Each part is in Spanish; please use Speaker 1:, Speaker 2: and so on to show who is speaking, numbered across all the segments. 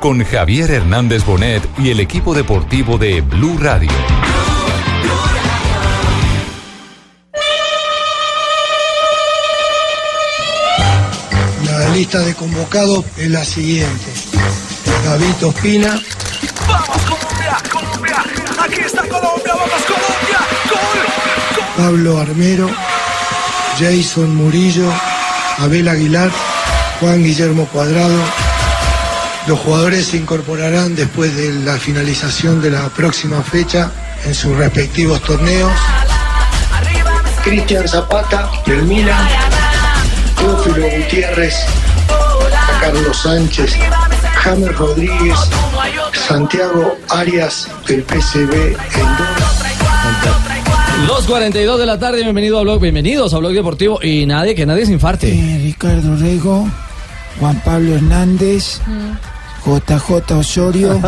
Speaker 1: con Javier Hernández Bonet y el equipo deportivo de Blue Radio.
Speaker 2: La lista de convocados es la siguiente. David Ospina,
Speaker 3: ¡Vamos Colombia! ¡Colombia! ¡Aquí está Colombia! ¡Vamos Colombia! ¡Gol! ¡Gol!
Speaker 2: Pablo Armero, Jason Murillo, Abel Aguilar, Juan Guillermo Cuadrado. Los jugadores se incorporarán después de la finalización de la próxima fecha en sus respectivos torneos. Cristian Zapata del Milan, Teófilo Gutiérrez, Carlos Sánchez, Jamer Rodríguez, Santiago Arias del PCB Endor.
Speaker 4: Los 42 de la tarde, bienvenido a Blog, bienvenidos a Blog Deportivo y nadie, que nadie se infarte.
Speaker 5: Eh, Ricardo Rego, Juan Pablo Hernández, JJ Osorio,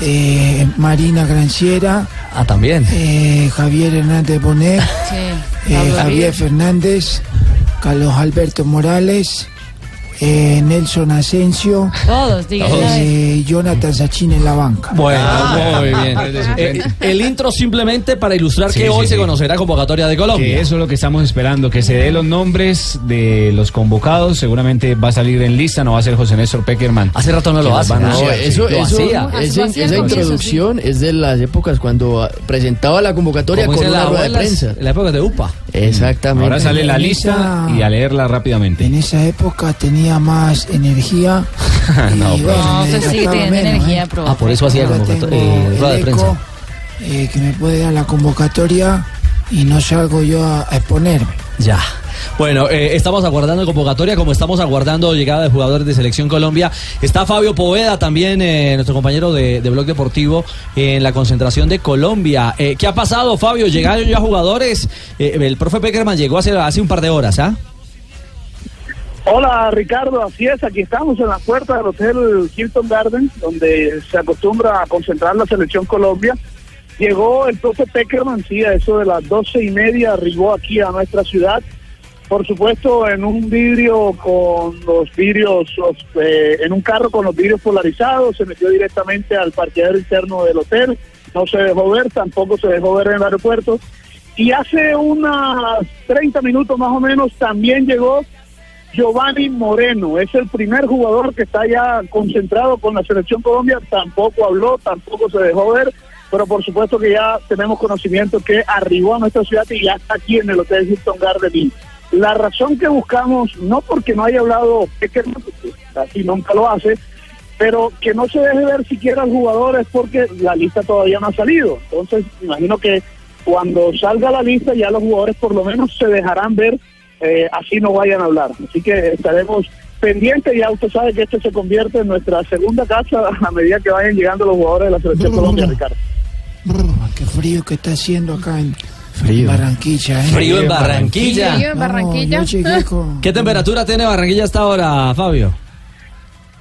Speaker 5: eh, Marina Granciera,
Speaker 4: Ah, también.
Speaker 5: eh, Javier Hernández Bonet, eh, Javier Fernández, Carlos Alberto Morales, eh, Nelson Asensio,
Speaker 6: Todos, díganlo.
Speaker 5: eh, Jonathan Sachin en la banca.
Speaker 4: Bueno, muy bien. Eh, el intro simplemente para ilustrar que hoy se conocerá convocatoria de
Speaker 7: Que
Speaker 4: Colombia.
Speaker 7: eso es lo que estamos esperando, que se dé los nombres de los convocados. Seguramente va a salir en lista, no va a ser José Néstor Peckerman.
Speaker 4: Hace rato no
Speaker 7: Que
Speaker 4: lo
Speaker 7: nos
Speaker 4: hace.
Speaker 7: van a
Speaker 4: ¿no?
Speaker 7: anunciar, sí.
Speaker 8: Eso,
Speaker 4: Lo
Speaker 8: eso,
Speaker 4: hacía.
Speaker 6: Lo
Speaker 8: esa,
Speaker 6: hacía al
Speaker 8: esa
Speaker 6: comienzo,
Speaker 8: introducción es de las épocas cuando ah, presentaba la convocatoria
Speaker 4: Como
Speaker 8: con
Speaker 4: dicen
Speaker 8: una
Speaker 4: las
Speaker 8: rueda de
Speaker 4: abuelas,
Speaker 8: prensa.
Speaker 4: en la época de UPA.
Speaker 8: Exactamente.
Speaker 7: Ahora sale la
Speaker 5: en
Speaker 7: lista
Speaker 5: lista.
Speaker 7: y a leerla rápidamente.
Speaker 5: En esa época tenía más energía. y
Speaker 7: No, pues.
Speaker 5: bueno,
Speaker 6: No,
Speaker 5: me
Speaker 6: se sigue
Speaker 5: gastaba
Speaker 6: teniendo
Speaker 5: menos,
Speaker 6: energía,
Speaker 5: ¿eh?
Speaker 6: profe.
Speaker 4: Ah, por eso hacía
Speaker 5: Ahora
Speaker 4: convocatoria,
Speaker 5: tengo
Speaker 4: eh,
Speaker 5: el
Speaker 4: rueda de
Speaker 5: eco,
Speaker 4: prensa.
Speaker 5: eh, que me puede dar la convocatoria y no salgo yo a, a exponerme.
Speaker 4: Ya. Bueno, eh, estamos aguardando convocatoria, como estamos aguardando llegada de jugadores de Selección Colombia. Está Fabio Poveda también, eh, nuestro compañero de, de Blog Deportivo, en la concentración de Colombia. Eh, ¿Qué ha pasado, Fabio? Llegaron ya jugadores. Eh, el profe Peckerman llegó hace, hace un par de horas, ¿ah?
Speaker 9: Hola Ricardo, así es, aquí estamos en las puertas del Hotel Hilton Garden, donde se acostumbra a concentrar la selección Colombia. Llegó el profe Peckerman, sí, a eso de las doce y media, arribó aquí a nuestra ciudad, por supuesto en un vidrio con los vidrios, los, eh, en un carro con los vidrios polarizados, se metió directamente al parqueadero interno del hotel, no se dejó ver, tampoco se dejó ver en el aeropuerto. Y hace unas 30 minutos más o menos también llegó Giovanni Moreno es el primer jugador que está ya concentrado con la selección Colombia. Tampoco habló, tampoco se dejó ver, pero por supuesto que ya tenemos conocimiento que arribó a nuestra ciudad y ya está aquí en el Hotel Hilton Garden. Y La razón que buscamos, no porque no haya hablado, es que así nunca lo hace, pero que no se deje ver siquiera al jugador es porque la lista todavía no ha salido. Entonces, imagino que cuando salga la lista ya los jugadores por lo menos se dejarán ver, eh, así no vayan a hablar. Así que estaremos pendientes, ya usted sabe que esto se convierte en nuestra segunda casa a medida que vayan llegando los jugadores de la selección Colombia, Ricardo.
Speaker 5: Brr, qué frío que está haciendo acá en
Speaker 8: Frío.
Speaker 5: Barranquilla. ¿eh?
Speaker 4: Frío en
Speaker 7: en
Speaker 4: Barranquilla.
Speaker 6: Frío en
Speaker 5: Vamos,
Speaker 6: Barranquilla.
Speaker 5: yo llegué con-
Speaker 4: ¿Qué temperatura tiene Barranquilla hasta ahora, Fabio?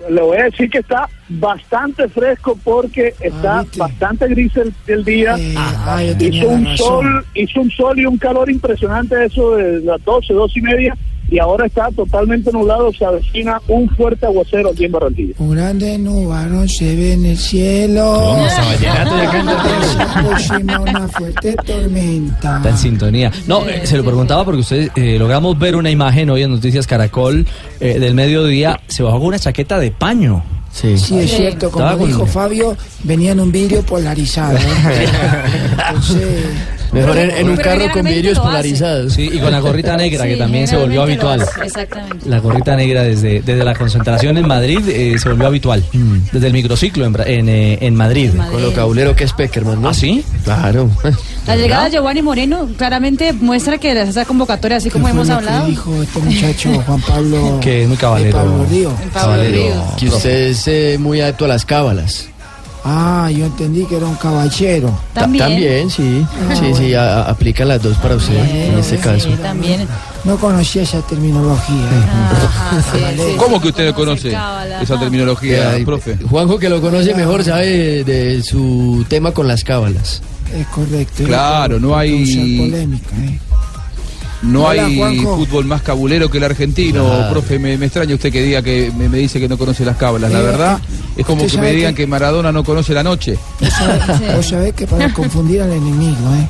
Speaker 9: Le voy a decir que está bastante fresco porque está
Speaker 5: Ah, ¿viste?
Speaker 9: bastante gris el, el día.
Speaker 5: Eh, ah, yo tenía
Speaker 9: hizo
Speaker 5: la
Speaker 9: un
Speaker 5: razón.
Speaker 9: sol, hizo un sol y un calor impresionante eso de las 12, 12 y media y ahora está totalmente nublado, se avecina un fuerte aguacero aquí en Barranquilla.
Speaker 5: Un grande nubarón se ve en el cielo. Se aproxima una fuerte tormenta.
Speaker 4: Está en sintonía. No, eh, se lo preguntaba porque ustedes eh, logramos ver una imagen hoy en Noticias Caracol eh, del mediodía. Se bajó con una chaqueta de paño.
Speaker 8: Sí.
Speaker 5: Sí, es cierto,
Speaker 4: Estaba
Speaker 5: como
Speaker 4: con-
Speaker 5: dijo Fabio, venía en un vidrio polarizado. ¿eh? Entonces,
Speaker 8: Mejor en, en un
Speaker 6: Pero
Speaker 8: carro con
Speaker 6: generalmente
Speaker 8: vidrios
Speaker 6: lo hace.
Speaker 8: polarizados.
Speaker 4: Sí, y con la gorrita negra, que también se volvió
Speaker 6: Generalmente lo
Speaker 4: habitual.
Speaker 6: hace, Exactamente.
Speaker 4: La gorrita negra desde, desde la concentración en Madrid eh, se volvió habitual. Desde el microciclo en, Bra- en, eh, en Madrid.
Speaker 8: Con lo cabulero que es Peckerman, ¿no? ¿Ah,
Speaker 4: sí?
Speaker 8: Claro.
Speaker 6: La llegada de Giovanni Moreno claramente muestra que esa convocatoria, así como
Speaker 5: fue
Speaker 6: hemos
Speaker 5: lo que
Speaker 6: hablado,
Speaker 5: dijo este muchacho Juan Pablo?
Speaker 4: Que es muy
Speaker 5: de Pablo
Speaker 4: caballero.
Speaker 5: Río.
Speaker 8: Caballero. Que usted es eh, muy adepto a las cábalas.
Speaker 5: Ah, yo entendí que era un caballero.
Speaker 8: Ta- También, sí. sí, sí, a- a- aplica las dos para usted en este caso.
Speaker 6: sí, también.
Speaker 5: No conocía esa terminología.
Speaker 6: Ajá, sí, sí,
Speaker 10: ¿Cómo que usted conoce
Speaker 6: cábala.
Speaker 10: esa terminología, profe?
Speaker 8: Juanjo, que lo conoce mejor, sabe de su tema con las cábalas.
Speaker 5: Es correcto.
Speaker 10: Claro, no hay
Speaker 5: Polémica, ¿eh?
Speaker 10: no
Speaker 5: Hola,
Speaker 10: hay
Speaker 5: Juanjo.
Speaker 10: fútbol más cabulero que el argentino,
Speaker 8: Claro.
Speaker 10: profe. Me, me extraña usted que diga que me, me dice que no conoce las cablas. La
Speaker 5: Eh,
Speaker 10: verdad es como
Speaker 5: usted
Speaker 10: que me
Speaker 5: sabe
Speaker 10: digan
Speaker 5: que-
Speaker 10: que Maradona no conoce la noche.
Speaker 5: Vos sabés que para confundir al enemigo, ¿eh?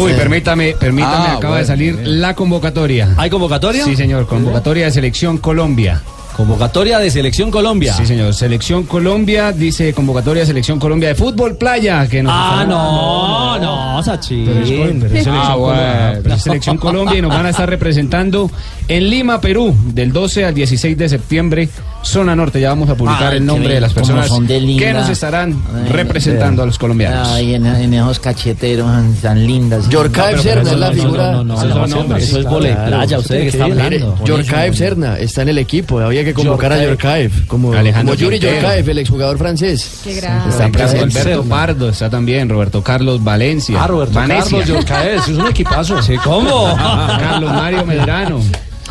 Speaker 7: Uy, permítame, permítame,
Speaker 10: Ah,
Speaker 7: acaba de
Speaker 10: bueno,
Speaker 7: salir la convocatoria.
Speaker 4: ¿Hay convocatoria?
Speaker 7: Sí, señor, convocatoria de Selección Colombia.
Speaker 4: Convocatoria de Selección Colombia.
Speaker 7: Sí, señor, Selección Colombia, dice convocatoria de Selección Colombia de Fútbol Playa. Que nos
Speaker 4: Ah,
Speaker 7: están-
Speaker 4: no, no,
Speaker 7: Pero es con-
Speaker 4: Sachin.
Speaker 7: pero es selección,
Speaker 10: Ah,
Speaker 7: Colombia,
Speaker 10: bueno.
Speaker 7: pero es selección Colombia y nos van a estar representando en Lima, Perú, del 12 al 16 de septiembre, zona norte. Ya vamos a publicar
Speaker 11: Ah,
Speaker 12: Ay,
Speaker 7: el nombre
Speaker 12: qué
Speaker 7: de las
Speaker 12: cómo
Speaker 7: personas
Speaker 12: son de linda.
Speaker 7: que nos estarán
Speaker 12: Ay,
Speaker 7: representando
Speaker 12: pero-
Speaker 7: a los colombianos.
Speaker 12: Ay, en, en esos cacheteros tan- tan lindas.
Speaker 8: Yorkaev
Speaker 7: pero-
Speaker 8: Serna
Speaker 7: pero
Speaker 8: es la
Speaker 7: eso no,
Speaker 8: figura.
Speaker 4: No, no,
Speaker 7: Esos
Speaker 4: no,
Speaker 7: son
Speaker 4: no,
Speaker 7: nombres.
Speaker 4: eso es vole playa, usted de qué está hablando.
Speaker 8: Yorkaev Serna está en el equipo, había que convocar a
Speaker 7: Yorkaev.
Speaker 8: Yorkaev, como,
Speaker 7: Alejandro
Speaker 8: como Yuri
Speaker 7: Quintero.
Speaker 8: Yorkaev, el exjugador francés.
Speaker 6: Qué grave.
Speaker 7: Está presente
Speaker 8: Yorkaev
Speaker 7: Alberto
Speaker 8: Serna.
Speaker 7: Pardo, está también Roberto Carlos Valencia.
Speaker 4: Ah, Roberto
Speaker 7: Vanecia.
Speaker 4: Carlos Yorcaez, es un equipazo. Sí, ¿cómo?
Speaker 7: Carlos Mario Medrano.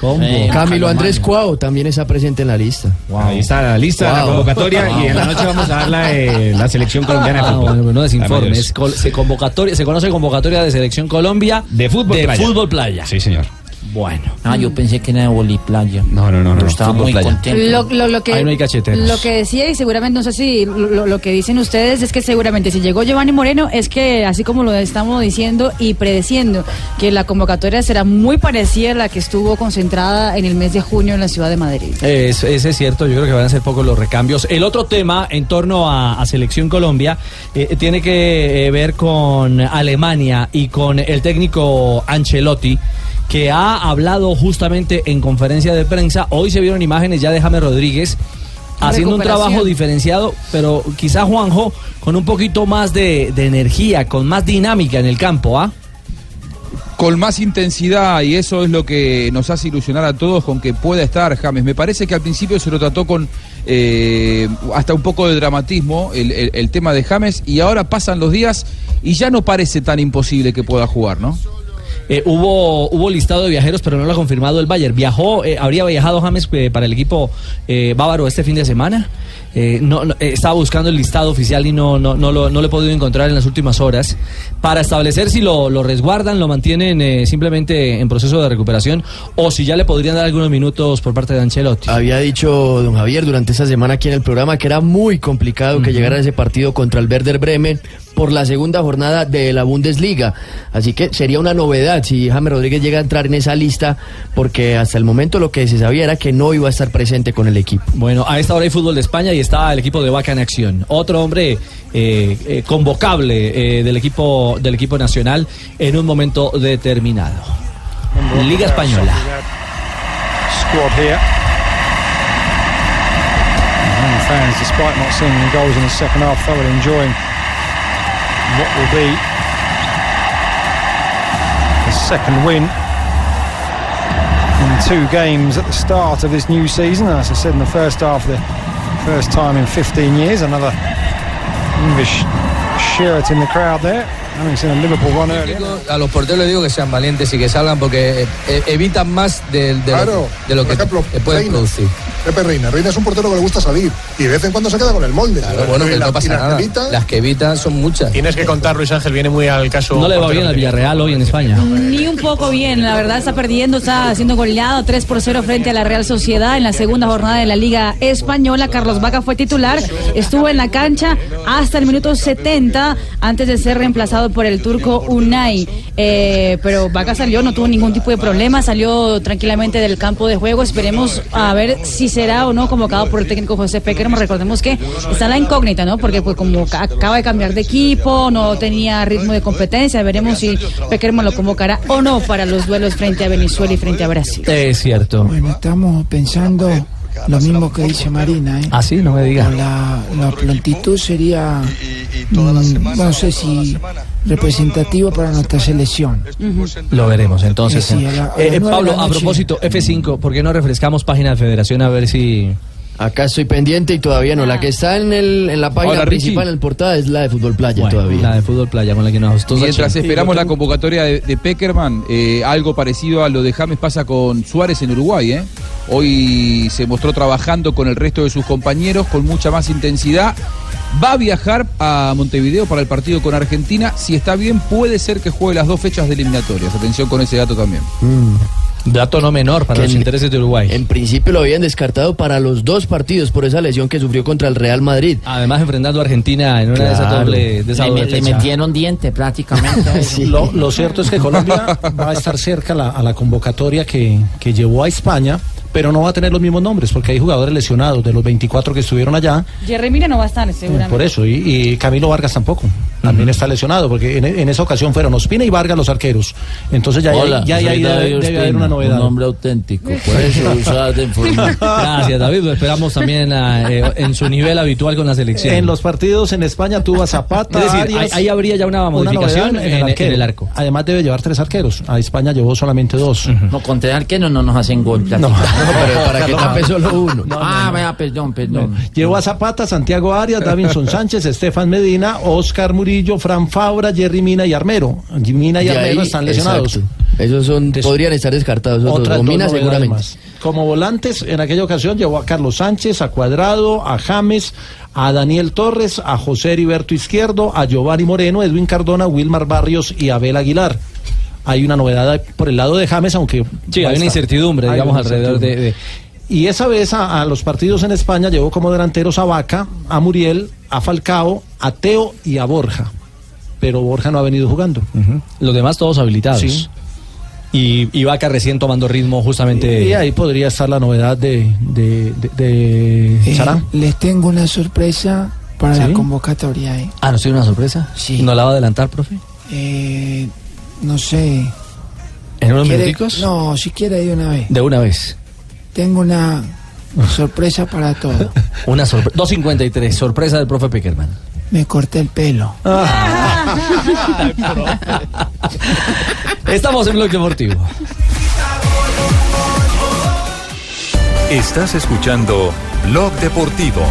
Speaker 4: ¿Cómo?
Speaker 12: Eh,
Speaker 8: Camilo Andrés Cuau también está presente en la lista.
Speaker 7: Ahí está la lista de la
Speaker 8: Wow.
Speaker 7: convocatoria y en la noche vamos a dar la, de la selección colombiana. de
Speaker 4: Ah,
Speaker 7: fútbol.
Speaker 4: bueno, pero no
Speaker 7: La
Speaker 4: desinformes.
Speaker 7: mayor.
Speaker 4: Col- Se, convocatoria, se conoce convocatoria de Selección Colombia
Speaker 7: De fútbol
Speaker 4: de
Speaker 7: playa.
Speaker 4: fútbol playa.
Speaker 7: Sí, señor.
Speaker 4: Bueno.
Speaker 12: Ah, yo pensé que era de voliplaya.
Speaker 7: No, no, no, no.
Speaker 12: Yo estaba
Speaker 7: Fútbol
Speaker 12: muy
Speaker 7: playa.
Speaker 12: contento.
Speaker 6: Lo, lo- lo que,
Speaker 4: Ahí no hay cacheteros.
Speaker 6: Lo que decía, y seguramente, no sé si lo, lo que dicen ustedes, es que seguramente si llegó Giovanni Moreno, es que así como lo estamos diciendo y predeciendo, que la convocatoria será muy parecida a la que estuvo concentrada en el mes de junio en la ciudad de Madrid.
Speaker 4: Es- ese es cierto, yo creo que van a ser pocos los recambios. El otro tema en torno a, a Selección Colombia eh, tiene que eh, ver con Alemania y con el técnico Ancelotti que ha hablado justamente en conferencia de prensa. Hoy se vieron imágenes ya de James Rodríguez haciendo un
Speaker 6: Recuperación.
Speaker 4: trabajo diferenciado, pero quizá Juanjo con un poquito más de, de energía, con más dinámica en el campo, ¿ah?
Speaker 10: con más intensidad y eso es lo que nos hace ilusionar a todos con que pueda estar James. Me parece que al principio se lo trató con eh, hasta un poco de dramatismo el, el- el tema de James y ahora pasan los días y ya no parece tan imposible que pueda jugar, ¿no?
Speaker 4: Eh, hubo, hubo listado de viajeros, pero no lo ha confirmado el Bayern. Viajó, eh, habría viajado James eh, para el equipo eh, bávaro este fin de semana. Eh, no, no, eh, estaba buscando el listado oficial y no, no, no, lo, no lo he podido encontrar en las últimas horas. Para establecer si lo, lo resguardan, lo mantienen eh, simplemente en proceso de recuperación o si ya le podrían dar algunos minutos por parte de Ancelotti.
Speaker 8: Había dicho don Javier durante esta semana aquí en el programa que era muy complicado que llegara ese partido contra el Werder Bremen por la segunda jornada de la Bundesliga. Así que sería una novedad si James Rodríguez llega a entrar en esa lista, porque hasta el momento lo que se sabía era que no iba a estar presente con el equipo.
Speaker 4: Bueno, a esta hora hay fútbol de España y está el equipo de Vaca en acción. Otro hombre eh, eh, convocable eh, del, equipo, del equipo nacional en un momento determinado. Liga Española.
Speaker 13: squad here. And the fans, despite not seeing any goals in the second half, thoroughly enjoying what will be the second win in two games at the start of this new season. As I said in the first half, the first time in 15 years, another English shirt in the crowd there. Having seen a Liverpool one earlier.
Speaker 14: A los porteros les digo que sean valientes y que salgan porque eh, eh, evitan más de, de lo, de lo que te pueden producir.
Speaker 15: Pepe Reina. Reina es un portero que le gusta salir y de vez en cuando se queda con el molde.
Speaker 14: Claro, bueno, que no pasa nada. Las que evitan son muchas.
Speaker 16: Tienes que contar, Luis Ángel, viene muy al caso.
Speaker 4: No le va bien al Villarreal hoy en España.
Speaker 6: Ni un poco bien, la verdad está perdiendo, está siendo goleado 3 por 0 frente a la Real Sociedad en la segunda jornada de la Liga Española. Carlos Vaca fue titular, estuvo en la cancha hasta el minuto 70 antes de ser reemplazado marcado por el turco Unai. Eh, pero Vaca salió, no tuvo ningún tipo de Pues, problema, salió tranquilamente del campo de juego. Esperemos a ver si será o no convocado por el técnico José Peckerman. Recordemos que está la incógnita, ¿no? Porque pues como ca- acaba de cambiar de equipo, no tenía ritmo de competencia. Veremos si Peckerman lo convocará o no para los duelos frente a Venezuela y frente a Brasil.
Speaker 4: Es cierto.
Speaker 5: Bueno, estamos pensando lo mismo que dice Marina, ¿eh?
Speaker 4: Ah, sí, no me digas.
Speaker 5: La, la prontitud sería, mm, no sé si representativo para nuestra selección.
Speaker 4: Lo veremos entonces.
Speaker 5: Sí, sí, a la- a las
Speaker 4: Eh, eh,
Speaker 5: nueve de
Speaker 4: Pablo,
Speaker 5: la
Speaker 4: a
Speaker 5: noche.
Speaker 4: propósito, F5, ¿por qué no refrescamos página de Federación a ver si...
Speaker 8: Acá estoy pendiente y todavía no. La que está en, el, en la página
Speaker 4: Hola, Richie.
Speaker 8: principal, en el portada, es la de Fútbol Playa todavía.
Speaker 4: La de Fútbol Playa con la que nos ajustó
Speaker 10: Mientras
Speaker 4: Sachin.
Speaker 10: esperamos la convocatoria de, de Peckerman, eh, algo parecido a lo de James pasa con Suárez en Uruguay. ¿eh? Hoy se mostró trabajando con el resto de sus compañeros con mucha más intensidad. Va a viajar a Montevideo para el partido con Argentina. Si está bien, puede ser que juegue las dos fechas de eliminatorias. Atención con ese dato también.
Speaker 4: Dato no menor para los intereses de Uruguay.
Speaker 8: Mm. En principio lo habían descartado para los dos partidos por esa lesión que sufrió contra el Real Madrid.
Speaker 4: Además, enfrentando a Argentina en una de esas doble- de esa
Speaker 12: le,
Speaker 4: doble
Speaker 12: le
Speaker 4: fecha.
Speaker 12: metieron diente prácticamente.
Speaker 17: Lo, lo cierto es que Colombia va a estar cerca a la, a la convocatoria que, que llevó a España, pero no va a tener los mismos nombres porque hay jugadores lesionados de los 24 que estuvieron allá.
Speaker 6: Jerry Mina no va a estar seguramente.
Speaker 17: Por eso, y, y Camilo Vargas tampoco. También está lesionado porque en, en esa ocasión fueron Ospina y Vargas los arqueros. Entonces ya, hay-
Speaker 11: Hola,
Speaker 17: ya, hay-
Speaker 11: soy
Speaker 17: debe-
Speaker 11: David
Speaker 17: debe haber
Speaker 11: Ospina,
Speaker 17: una novedad.
Speaker 11: Un nombre auténtico, por eso usas en forma.
Speaker 4: Gracias, David. Lo esperamos también ah, eh, en su nivel habitual con la selección.
Speaker 17: En los partidos en España tuvo a Zapata.
Speaker 4: Es decir,
Speaker 17: Arias,
Speaker 4: ahí- ahí habría ya una modificación
Speaker 17: novedad
Speaker 4: en- en el arco.
Speaker 17: Además debe llevar tres arqueros. A España llevó solamente dos.
Speaker 12: No, contra el arquero no nos hacen gol. No,
Speaker 17: pero para que tape solo
Speaker 12: uno. ah, vea, perdón, perdón.
Speaker 17: Llevó a Zapata, Santiago Arias, Davinson Sánchez, Estefan Medina, Oscar Murillo, Fran Fabra, Jerry Mina y Armero. Mina y,
Speaker 8: De
Speaker 17: Armero
Speaker 8: ahí,
Speaker 17: están lesionados.
Speaker 8: exacto. Esos son, podrían estar descartados. Los dos.
Speaker 17: Otras dos
Speaker 8: Mina
Speaker 17: novedades
Speaker 8: seguramente.
Speaker 17: más. Como volantes, en aquella ocasión llevó a Carlos Sánchez, a Cuadrado, a James, a Daniel Torres, a José Heriberto Izquierdo, a Giovanni Moreno, Edwin Cardona, Wilmar Barrios y Abel Aguilar. Hay una novedad por el lado de James, aunque...
Speaker 4: Sí,
Speaker 17: va a
Speaker 4: hay una
Speaker 17: estar.
Speaker 4: incertidumbre,
Speaker 17: Hay
Speaker 4: digamos,
Speaker 17: una
Speaker 4: alrededor de- de,
Speaker 17: y esa vez a, a los partidos en España llevó como delanteros a Vaca, a Muriel, a Falcao, a Teo y a Borja. Pero Borja no ha venido jugando.
Speaker 4: Los demás todos habilitados.
Speaker 17: Sí.
Speaker 4: Y, y Vaca recién tomando ritmo justamente.
Speaker 17: Y ahí podría estar la novedad de, de, de- de
Speaker 5: Eh,
Speaker 17: Sarán.
Speaker 5: les tengo una sorpresa para
Speaker 4: ¿Sí?
Speaker 5: la convocatoria, ¿eh?
Speaker 4: Ah, ¿nos tiene una sorpresa? Sí. ¿No la va a adelantar, profe?
Speaker 5: Eh, no sé.
Speaker 4: ¿En unos
Speaker 5: ¿Quiere-
Speaker 4: minuticos?
Speaker 5: No, si quiere de una vez.
Speaker 4: De una vez.
Speaker 5: Tengo una sorpresa para todos.
Speaker 4: Una sorpresa. 2.53, sorpresa del profe Peckerman.
Speaker 5: Me corté el pelo.
Speaker 4: Ah. Estamos en Bloque Deportivo.
Speaker 1: Estás escuchando Blog Deportivo.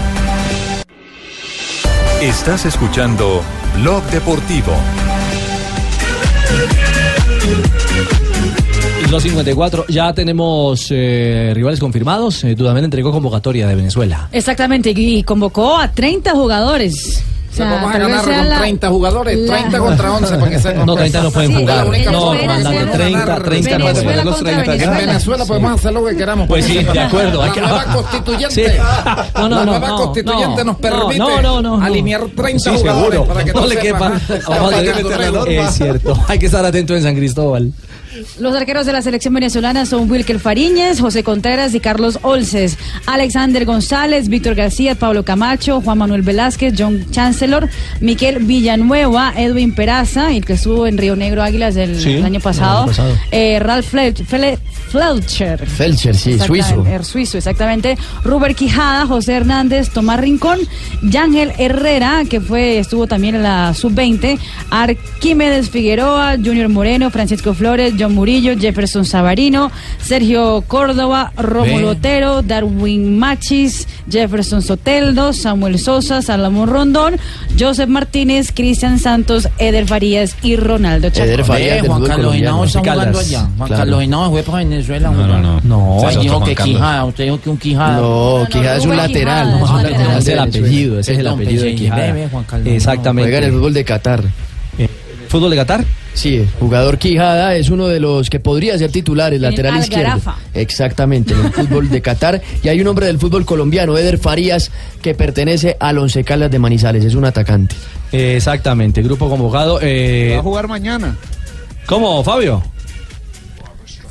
Speaker 1: Estás escuchando Blog Deportivo.
Speaker 4: 2.54, ya tenemos eh, rivales confirmados. Eh, Dudamel entregó convocatoria de Venezuela.
Speaker 6: Exactamente, y convocó a 30 jugadores. O sea,
Speaker 18: vamos a
Speaker 6: tal vez
Speaker 18: ganar
Speaker 6: sea
Speaker 18: con
Speaker 6: la-
Speaker 18: 30 jugadores,
Speaker 6: la-
Speaker 18: 30 contra 11 para que sea
Speaker 4: No, 30 no pueden
Speaker 18: Sí, la
Speaker 4: jugar.
Speaker 18: única
Speaker 4: No,
Speaker 18: manera de
Speaker 4: comandante,
Speaker 18: hacerlo es
Speaker 4: 30,
Speaker 18: ganar
Speaker 4: 30 no
Speaker 18: Venezuela
Speaker 4: pueden
Speaker 18: contra
Speaker 4: jugar.
Speaker 18: Venezuela. En Venezuela podemos hacer lo que queramos.
Speaker 4: Pues sí, de acuerdo.
Speaker 18: La
Speaker 4: Hay que-
Speaker 18: nueva constituyente,
Speaker 4: Sí. No, no,
Speaker 18: la
Speaker 4: no,
Speaker 18: nueva
Speaker 4: no,
Speaker 18: constituyente nos
Speaker 4: no, no,
Speaker 18: permite
Speaker 4: no, no, no, no.
Speaker 18: alinear 30
Speaker 4: Sí,
Speaker 18: jugadores
Speaker 4: seguro.
Speaker 18: para que
Speaker 4: No
Speaker 18: tú
Speaker 4: le
Speaker 18: sepas
Speaker 4: quepa.
Speaker 18: que está
Speaker 4: Vamos a tener que
Speaker 18: atacando
Speaker 4: meterle
Speaker 18: tres.
Speaker 4: al horno. Es cierto. Hay que estar atento en San Cristóbal.
Speaker 6: Los arqueros de la selección venezolana son Wilker Fariñez, José Contreras y Carlos Olces, Alexander González, Víctor García, Pablo Camacho, Juan Manuel Velázquez, John Chancellor, Miquel Villanueva, Edwin Peraza, el que estuvo en Río Negro Águilas el,
Speaker 8: Sí,
Speaker 6: el año pasado,
Speaker 8: el año pasado.
Speaker 6: eh, Ralph Fle- Fle- Fletcher.
Speaker 8: Felcher, sí,
Speaker 6: Exactamente,
Speaker 8: suizo.
Speaker 6: er- suizo, exactamente. Ruber Quijada, José Hernández, Tomás Rincón, Yángel Herrera, que fue estuvo también en la sub-20, Arquímedes Figueroa, Junior Moreno, Francisco Flores, John Murillo, Jefferson Sabarino, Sergio Córdoba, Rómulo
Speaker 19: Ve.
Speaker 6: Otero, Darwin Machis, Jefferson Soteldo, Samuel Sosa, Salomón Rondón, Joseph Martínez, Cristian Santos, Eder Farías y Ronaldo Chacón.
Speaker 12: Ve, Juan Carlos Henao está jugando
Speaker 8: Caldas,
Speaker 12: allá. Juan
Speaker 8: claro.
Speaker 12: Carlos Henao fue para Venezuela. No, no, no.
Speaker 8: No,
Speaker 12: usted
Speaker 8: es
Speaker 12: dijo
Speaker 8: otro
Speaker 12: que
Speaker 8: Juan Carlos.
Speaker 12: Quijada, usted dijo que un Quijada.
Speaker 8: No, Quijada es un lateral.
Speaker 12: Quijada,
Speaker 8: No,
Speaker 12: es un
Speaker 8: lateral.
Speaker 12: lateral.
Speaker 8: Es el apellido,
Speaker 4: ese es el
Speaker 12: Perdón,
Speaker 4: apellido de
Speaker 12: pensé que- ve,
Speaker 4: Quijada.
Speaker 12: ve, Juan Carlos.
Speaker 4: Exactamente.
Speaker 8: Juega en el fútbol de Qatar.
Speaker 4: ¿Fútbol de Qatar?
Speaker 8: Sí, el jugador Quijada es uno de los que podría ser titular, el lateral izquierdo.
Speaker 6: Algarafa.
Speaker 8: Exactamente, en el fútbol de Qatar. Y hay un hombre del fútbol colombiano, Eder Farías, que pertenece al Once Caldas de Manizales, es un atacante.
Speaker 4: Exactamente, grupo convocado.
Speaker 18: Va
Speaker 4: eh,
Speaker 18: a jugar mañana.
Speaker 4: ¿Cómo, Fabio?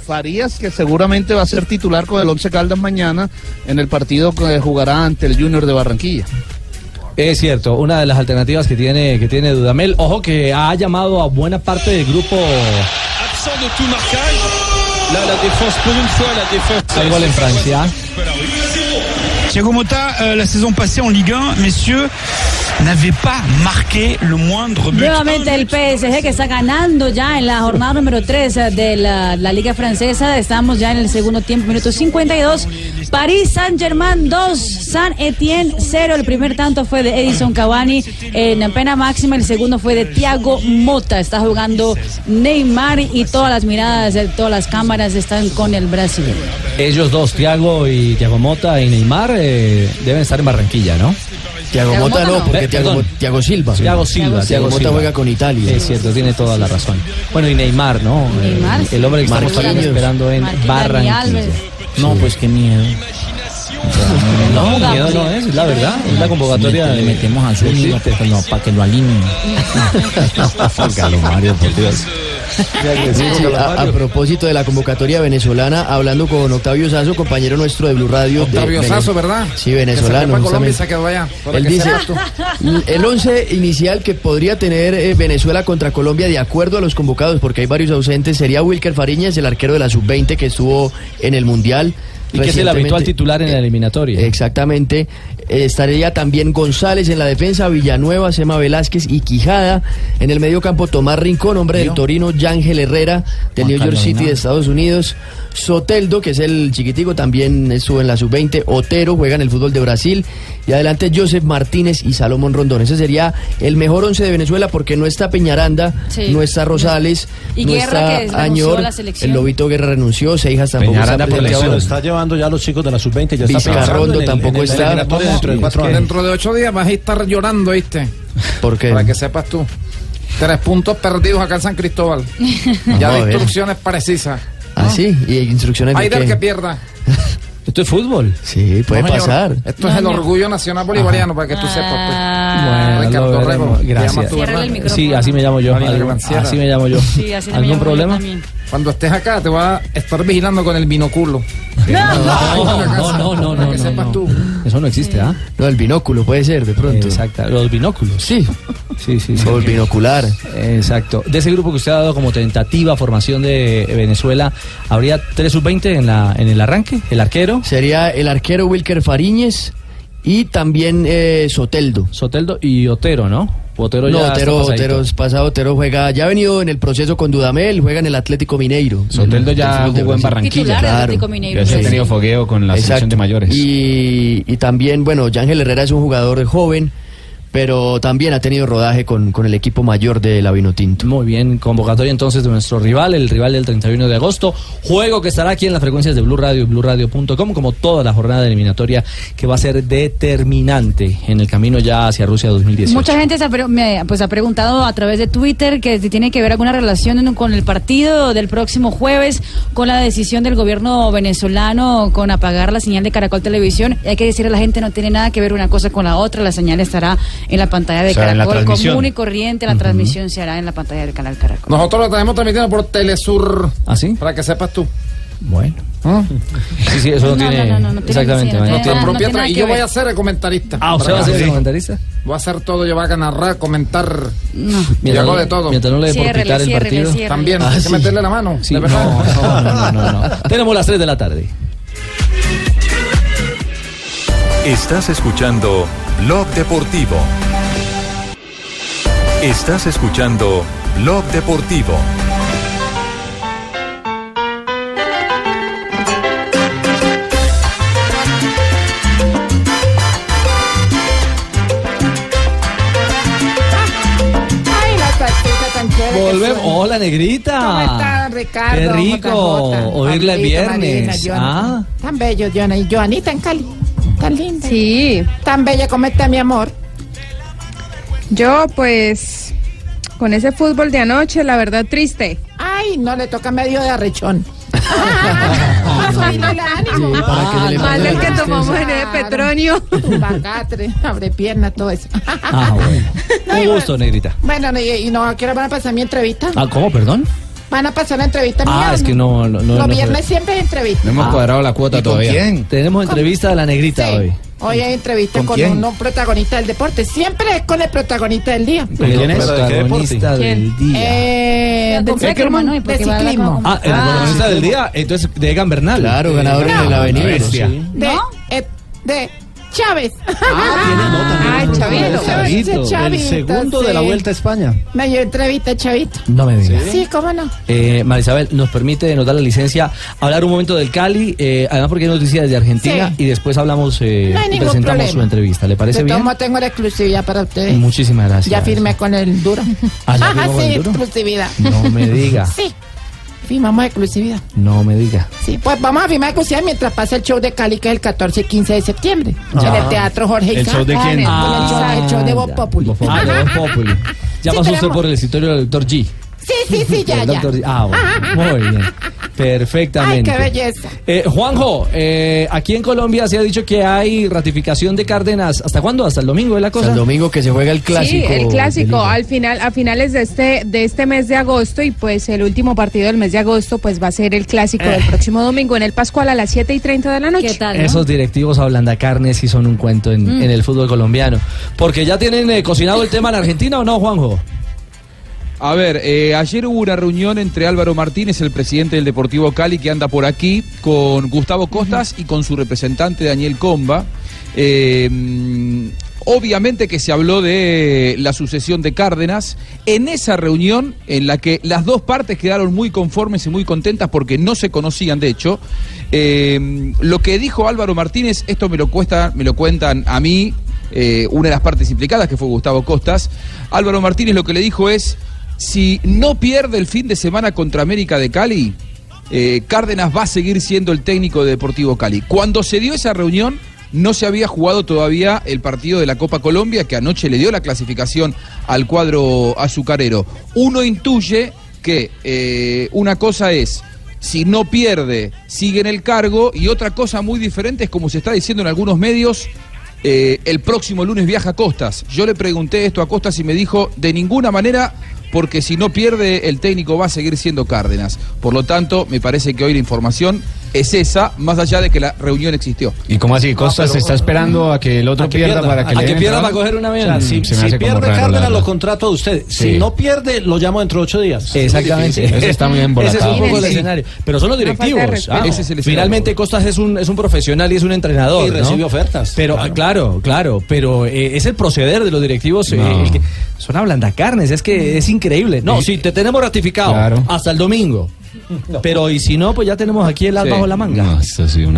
Speaker 18: Farías, que seguramente va a ser titular con el Once Caldas mañana en el partido que jugará ante el Junior de Barranquilla.
Speaker 4: Es cierto, una de las alternativas que tiene, que tiene Dudamel. Ojo que ha llamado a buena parte del grupo.
Speaker 3: Absent de tout marquage. Là, la défense, pour une fois, la défense.
Speaker 4: Algo en
Speaker 3: hein.
Speaker 4: Francia.
Speaker 20: Thiago Motta, euh, la saison passée en Ligue 1, messieurs, n'avait pas marqué le moindre but.
Speaker 6: Nuevamente el PSG que está ganando ya en la jornada número 3 de la, la Liga Francesa. Estamos ya en el segundo tiempo, minuto 52. París Saint-Germain 2, San Etienne 0. El primer tanto fue de Edison Cavani en pena máxima. El segundo fue de Thiago Mota. Está jugando Neymar y todas las miradas, eh, todas las cámaras están con el Brasil.
Speaker 4: Ellos dos, Tiago y Tiago Mota y Neymar, eh, deben estar en Barranquilla, ¿no? Eh,
Speaker 8: Tiago Mota no, porque Thiago-
Speaker 4: Tiago Silva. Tiago Silva.
Speaker 8: Thiago Mota juega con Italia.
Speaker 4: Es cierto, tiene toda la razón. Bueno, y Neymar, ¿no? Eh,
Speaker 6: Neymar,
Speaker 4: el, el hombre que estamos también
Speaker 6: Marquinhos.
Speaker 4: esperando en
Speaker 6: Marquinhos, Dani
Speaker 4: Barranquilla.
Speaker 6: Alves.
Speaker 4: No, pues qué miedo. No,
Speaker 11: No,
Speaker 4: miedo no
Speaker 11: Gabriel.
Speaker 4: es, es la verdad. Es la convocatoria.
Speaker 11: Le
Speaker 4: de-
Speaker 11: metemos a Zúñiga pero no, para que lo alineen.
Speaker 8: Sálgalo, Mario, por Dios. Sí, a, a propósito de la convocatoria venezolana, hablando con Octavio Sazo, compañero nuestro de Blue Radio. de
Speaker 14: Octavio
Speaker 8: Vene-
Speaker 14: Sazo, ¿verdad?
Speaker 8: Sí,
Speaker 14: Que se fue
Speaker 8: venezolano.
Speaker 14: pa' Colombia y se
Speaker 8: justamente.
Speaker 14: quedó allá. Para
Speaker 8: Él
Speaker 14: que
Speaker 8: dice, "Mm,
Speaker 14: sepas tú.
Speaker 8: el once inicial que podría tener eh, Venezuela contra Colombia, de acuerdo a los convocados, porque hay varios ausentes, sería Wilker Fariñas, el arquero de la sub-20 que estuvo en el Mundial.
Speaker 4: Y que es el habitual
Speaker 8: recientemente.
Speaker 4: titular en la eliminatoria.
Speaker 8: Exactamente. Eh, Estaría también González en la defensa, Villanueva, Sema Velázquez y Quijada. En el medio campo, Tomás Rincón, hombre del Torino, Yángel Herrera, del
Speaker 11: Juan
Speaker 8: New York
Speaker 11: Carlos
Speaker 8: City de
Speaker 11: Hernández.
Speaker 8: Estados Unidos. Soteldo, que es el chiquitico, también estuvo en la sub-20. Otero juega en el fútbol de Brasil. Y adelante Joseph Martínez y Salomón Rondón. Ese sería el mejor once de Venezuela porque no está Peñaranda,
Speaker 6: Sí.
Speaker 8: no está Rosales,
Speaker 6: Y
Speaker 8: no
Speaker 6: Guerra, que
Speaker 8: está
Speaker 6: renunció a
Speaker 8: Añor.
Speaker 6: la selección.
Speaker 8: El Lobito Guerra renunció, Seijas tampoco está presente.
Speaker 17: lo está llevando ya los chicos de la sub-20. Ya está
Speaker 8: Vizcarrondo
Speaker 17: pensando en el-
Speaker 8: tampoco
Speaker 17: en el
Speaker 8: está.
Speaker 17: eliminatoria dentro de cuatro años.
Speaker 14: Dentro de ocho días vas a estar llorando, ¿viste?
Speaker 8: ¿Por qué?
Speaker 14: Para que sepas tú. Tres puntos perdidos acá en San Cristóbal.
Speaker 8: Vamos
Speaker 14: ya
Speaker 8: a
Speaker 14: de
Speaker 8: ver.
Speaker 14: instrucciones precisas.
Speaker 8: Ah, sí, y instrucciones
Speaker 14: Hay
Speaker 8: de
Speaker 14: del que
Speaker 8: qué?
Speaker 14: pierda.
Speaker 4: Esto es fútbol.
Speaker 8: Sí, puede
Speaker 14: No, señor.
Speaker 8: pasar.
Speaker 14: Esto es el orgullo nacional bolivariano, para que tú sepas. Pues.
Speaker 6: Ah,
Speaker 4: Bueno,
Speaker 14: Ricardo
Speaker 4: lo
Speaker 14: Rego,
Speaker 4: veremos.
Speaker 14: te llamas
Speaker 4: Gracias.
Speaker 14: tú, Cierra el ¿verdad?
Speaker 4: Sí, así me llamo yo.
Speaker 14: María
Speaker 4: Algo-
Speaker 14: Granciera.
Speaker 4: Así me llamo yo. ¿Algún problema?
Speaker 14: Cuando estés acá te va a estar vigilando con el binoculo.
Speaker 4: No, no, no, no, no, no. Eso no existe, ¿ah?
Speaker 8: No, el binóculo puede ser, de pronto.
Speaker 4: Exacto, los binóculos.
Speaker 8: Sí.
Speaker 4: Sí, sí, sí.
Speaker 8: O el binocular.
Speaker 4: Exacto. De ese grupo que usted ha dado como tentativa formación de Venezuela, ¿habría 3 sub-20 en, la, en el arranque? ¿El arquero?
Speaker 8: Sería el arquero Wilker Fariñez y también eh, Soteldo.
Speaker 4: Soteldo y Otero, ¿no? Otero
Speaker 8: no,
Speaker 4: ya está
Speaker 8: Otero,
Speaker 4: pasadito.
Speaker 8: Otero es pasado, Otero juega, ya ha venido en el proceso con Dudamel, juega en el Atlético Mineiro.
Speaker 7: Soteldo
Speaker 8: Del- del
Speaker 7: ya
Speaker 8: fútbol de
Speaker 7: jugó en
Speaker 8: Brasil.
Speaker 7: Barranquilla.
Speaker 8: Claro.
Speaker 7: Ya se ha tenido fogueo con la selección de mayores.
Speaker 8: Y, y también, bueno, Yángel Herrera es un jugador joven, pero también ha tenido rodaje con, con el equipo mayor de la Vinotinto.
Speaker 4: Muy bien, convocatoria entonces de nuestro rival, el rival del 31 de agosto. Juego que estará aquí en las frecuencias de Blue Radio y BlueRadio.com, como toda la jornada eliminatoria que va a ser determinante en el camino ya hacia Rusia 2018.
Speaker 6: Mucha gente se ha, pre- me, pues, ha preguntado a través de Twitter que si tiene que ver alguna relación en- con el partido del próximo jueves, con la decisión del gobierno venezolano con apagar la señal de Caracol Televisión. Y hay que decirle a la gente no tiene nada que ver una cosa con la otra. La señal estará en la pantalla de
Speaker 14: O sea, en la
Speaker 6: Caracol
Speaker 14: transmisión.
Speaker 6: común y corriente. La transmisión se hará en la pantalla del canal Caracol.
Speaker 14: Nosotros lo tenemos transmitiendo por Telesur.
Speaker 4: ¿Ah, sí?
Speaker 14: Para que sepas tú. ¿Ah?
Speaker 4: Bueno. Sí, sí, eso no, tiene. exactamente.
Speaker 14: Nuestra propia
Speaker 4: mañana.
Speaker 14: tra- y yo voy a ser el comentarista.
Speaker 4: Ah, ¿usted va a ser el
Speaker 14: Sí.
Speaker 4: comentarista?
Speaker 14: Voy a hacer todo, yo voy a narrar, comentar.
Speaker 6: No.
Speaker 14: Yo
Speaker 4: Mientras
Speaker 14: hago
Speaker 4: no-
Speaker 14: de todo.
Speaker 4: mientras no le dé por Ciérrele, pitar el ciérrele, partido. ciérrele.
Speaker 14: También,
Speaker 4: Ah,
Speaker 14: hay
Speaker 4: sí.
Speaker 14: que meterle la mano.
Speaker 4: Sí,
Speaker 14: de
Speaker 4: no,
Speaker 14: verdad.
Speaker 4: no, no, no, no. Tenemos las 3 de la tarde.
Speaker 1: Estás escuchando Blog Deportivo. Estás escuchando Blog Deportivo.
Speaker 19: Ay, la tartita tan chévere. que
Speaker 4: Volvemos.
Speaker 19: suena.
Speaker 4: Hola, negrita.
Speaker 19: ¿Cómo están, Ricardo?
Speaker 4: Qué rico.
Speaker 19: JJ?
Speaker 4: Oírla el
Speaker 19: Pablito,
Speaker 4: viernes.
Speaker 19: Joana.
Speaker 4: Ah.
Speaker 19: Tan bello, Joana. Y Joanita en Cali. Tan linda.
Speaker 21: este,
Speaker 19: Sí. Tan bella como está, mi amor.
Speaker 22: Yo, pues, con ese fútbol de anoche, la verdad triste.
Speaker 21: Ay, no le toca medio de arrechón.
Speaker 22: Ah,
Speaker 21: para que no le Ah,
Speaker 22: Más
Speaker 21: pase
Speaker 22: del
Speaker 21: la
Speaker 22: que
Speaker 21: tristeza.
Speaker 22: tomamos en el Petronio.
Speaker 21: Tumbacatre, abre pierna, todo eso.
Speaker 4: Ah, bueno. Un gusto, negrita.
Speaker 21: Bueno, no, y, y no, ¿a qué hora van a pasar mi entrevista?
Speaker 4: Ah, ¿cómo, perdón?
Speaker 21: ¿Van a pasar la entrevista mía?
Speaker 4: Ah, es que no. no, no
Speaker 21: Los
Speaker 4: no fue-
Speaker 21: viernes siempre es entrevista.
Speaker 4: Ah. ¿Y con quién? Tenemos entrevista de la negrita
Speaker 21: Sí.
Speaker 4: hoy.
Speaker 21: Hoy hay entrevista
Speaker 4: ¿Con
Speaker 21: con,
Speaker 4: quién?
Speaker 21: un, un protagonista del deporte. Siempre es con el protagonista del día.
Speaker 4: ¿Con quién es?
Speaker 21: Protagonista
Speaker 4: del día.
Speaker 21: Eh,
Speaker 6: Yo
Speaker 21: de
Speaker 6: pensé que hermano, ¿y
Speaker 21: ciclismo.
Speaker 6: por
Speaker 21: De
Speaker 6: qué va a la
Speaker 21: ciclismo.
Speaker 4: Ah, el protagonista del día, entonces de Egan Bernal. Claro, ganador
Speaker 8: de la avenida.
Speaker 4: Bestia.
Speaker 21: De, eh, de Chávez. Ah, Chavito.
Speaker 17: Chavito, el segundo de la
Speaker 21: sí.
Speaker 17: Vuelta a España.
Speaker 21: Me dio entrevista, Chavito.
Speaker 4: No me digas.
Speaker 21: Sí, cómo no.
Speaker 4: Eh, Marisabel, nos permite, nos da la licencia, hablar un momento del Cali, eh, además porque hay noticias desde Argentina
Speaker 21: Sí.
Speaker 4: y después hablamos, eh,
Speaker 21: No hay
Speaker 4: y
Speaker 21: ningún
Speaker 4: presentamos
Speaker 21: problema.
Speaker 4: su entrevista. ¿Le parece
Speaker 21: De todos
Speaker 4: bien?
Speaker 21: modos, tengo la exclusividad para ustedes.
Speaker 4: Muchísimas gracias.
Speaker 21: Ya firmé con el duro.
Speaker 4: Ah, ¿ya firmó
Speaker 21: sí,
Speaker 4: con el duro?
Speaker 21: exclusividad.
Speaker 4: No me diga.
Speaker 21: Sí, firmamos exclusividad.
Speaker 4: No me diga.
Speaker 21: Sí, pues vamos a firmar exclusividad mientras pasa el show de Cali, que es el 14 y 15 de septiembre. En
Speaker 4: Ah.
Speaker 21: el Teatro Jorge
Speaker 4: ¿El
Speaker 21: Isaac.
Speaker 4: show de quién?
Speaker 21: Ah, en el-
Speaker 4: Ah,
Speaker 21: con el, show, el show de Voz Populi.
Speaker 4: Ah, de Voz Populi. Ya
Speaker 21: Sí,
Speaker 4: pasó usted
Speaker 21: tenemos.
Speaker 4: por el escritorio del doctor G.
Speaker 21: Sí, sí, sí, ya,
Speaker 4: Del
Speaker 21: ya.
Speaker 4: Dr. G. Ah, bueno. Muy bien.
Speaker 21: Ay,
Speaker 4: Perfectamente.
Speaker 21: qué belleza.
Speaker 4: Eh, Juanjo, eh, aquí en Colombia se ha dicho que hay ratificación de Cárdenas. ¿Hasta cuándo? ¿Hasta el domingo es la cosa?
Speaker 8: el domingo que se juega el clásico.
Speaker 22: Sí, el clásico
Speaker 8: de Liga.
Speaker 22: al final a finales de este de este mes de agosto y pues el último partido del mes de agosto pues va a ser el clásico
Speaker 4: Eh.
Speaker 22: del próximo domingo en el Pascual a las 7 y 30 de la noche.
Speaker 4: Esos directivos a carnes sí son un cuento en,
Speaker 22: Mm.
Speaker 4: en el fútbol colombiano. Porque ya tienen eh, cocinado el tema en Argentina o no, Juanjo?
Speaker 10: A ver, eh, ayer hubo una reunión entre Álvaro Martínez, el presidente del Deportivo Cali, que anda por aquí, con Gustavo Costas y con su representante Daniel Comba. Eh, mm, obviamente que se habló de la sucesión de Cárdenas. En esa reunión, en la que las dos partes quedaron muy conformes y muy contentas porque no se conocían, de hecho, eh, lo que dijo Álvaro Martínez, esto me lo, cuesta, me lo cuentan a mí, eh, una de las partes implicadas, que fue Gustavo Costas. Álvaro Martínez lo que le dijo es, si no pierde el fin de semana contra América de Cali, eh, Cárdenas va a seguir siendo el técnico de Deportivo Cali. Cuando se dio esa reunión, no se había jugado todavía el partido de la Copa Colombia, que anoche le dio la clasificación al cuadro azucarero. Uno intuye que eh, una cosa es si no pierde, sigue en el cargo. Y otra cosa muy diferente es como se está diciendo en algunos medios, eh, el próximo lunes viaja a Costas. Yo le pregunté esto a Costas y me dijo, de ninguna manera, porque si no pierde, el técnico va a seguir siendo Cárdenas. Por lo tanto, me parece que hoy la información es esa, más allá de que la reunión existió.
Speaker 7: ¿Y cómo así? Costas se está esperando a que el otro
Speaker 10: que
Speaker 7: pierda,
Speaker 10: pierda,
Speaker 7: para
Speaker 10: a
Speaker 7: que
Speaker 10: que
Speaker 7: le den
Speaker 10: pierda
Speaker 7: entrada?
Speaker 10: para coger una
Speaker 17: O sea, si
Speaker 7: Se me
Speaker 17: si
Speaker 7: hace como
Speaker 17: pierde
Speaker 7: raro, la
Speaker 17: Cárdenas,
Speaker 7: verdad.
Speaker 17: lo contrato a usted. Si
Speaker 7: Sí.
Speaker 17: no pierde, lo llamo dentro de ocho días.
Speaker 4: Exactamente.
Speaker 17: Eso está muy embolatado.
Speaker 4: Ese es un poco el
Speaker 17: Sí.
Speaker 4: escenario. Pero son los
Speaker 17: Una falta de
Speaker 4: directivos.
Speaker 17: respeto.
Speaker 4: Ah,
Speaker 17: Ese es el escenario.
Speaker 4: Finalmente Costas es un, es un profesional y es un entrenador.
Speaker 17: Y recibe
Speaker 4: ¿no?
Speaker 17: ofertas.
Speaker 4: Pero, ah, claro, claro, pero eh, es el proceder de los directivos. eh, el que- son ablandacarnes, es que es increíble. No, sí, te tenemos ratificado hasta el domingo. Pero y si no, pues ya tenemos aquí el as
Speaker 23: Sí.
Speaker 4: bajo la manga.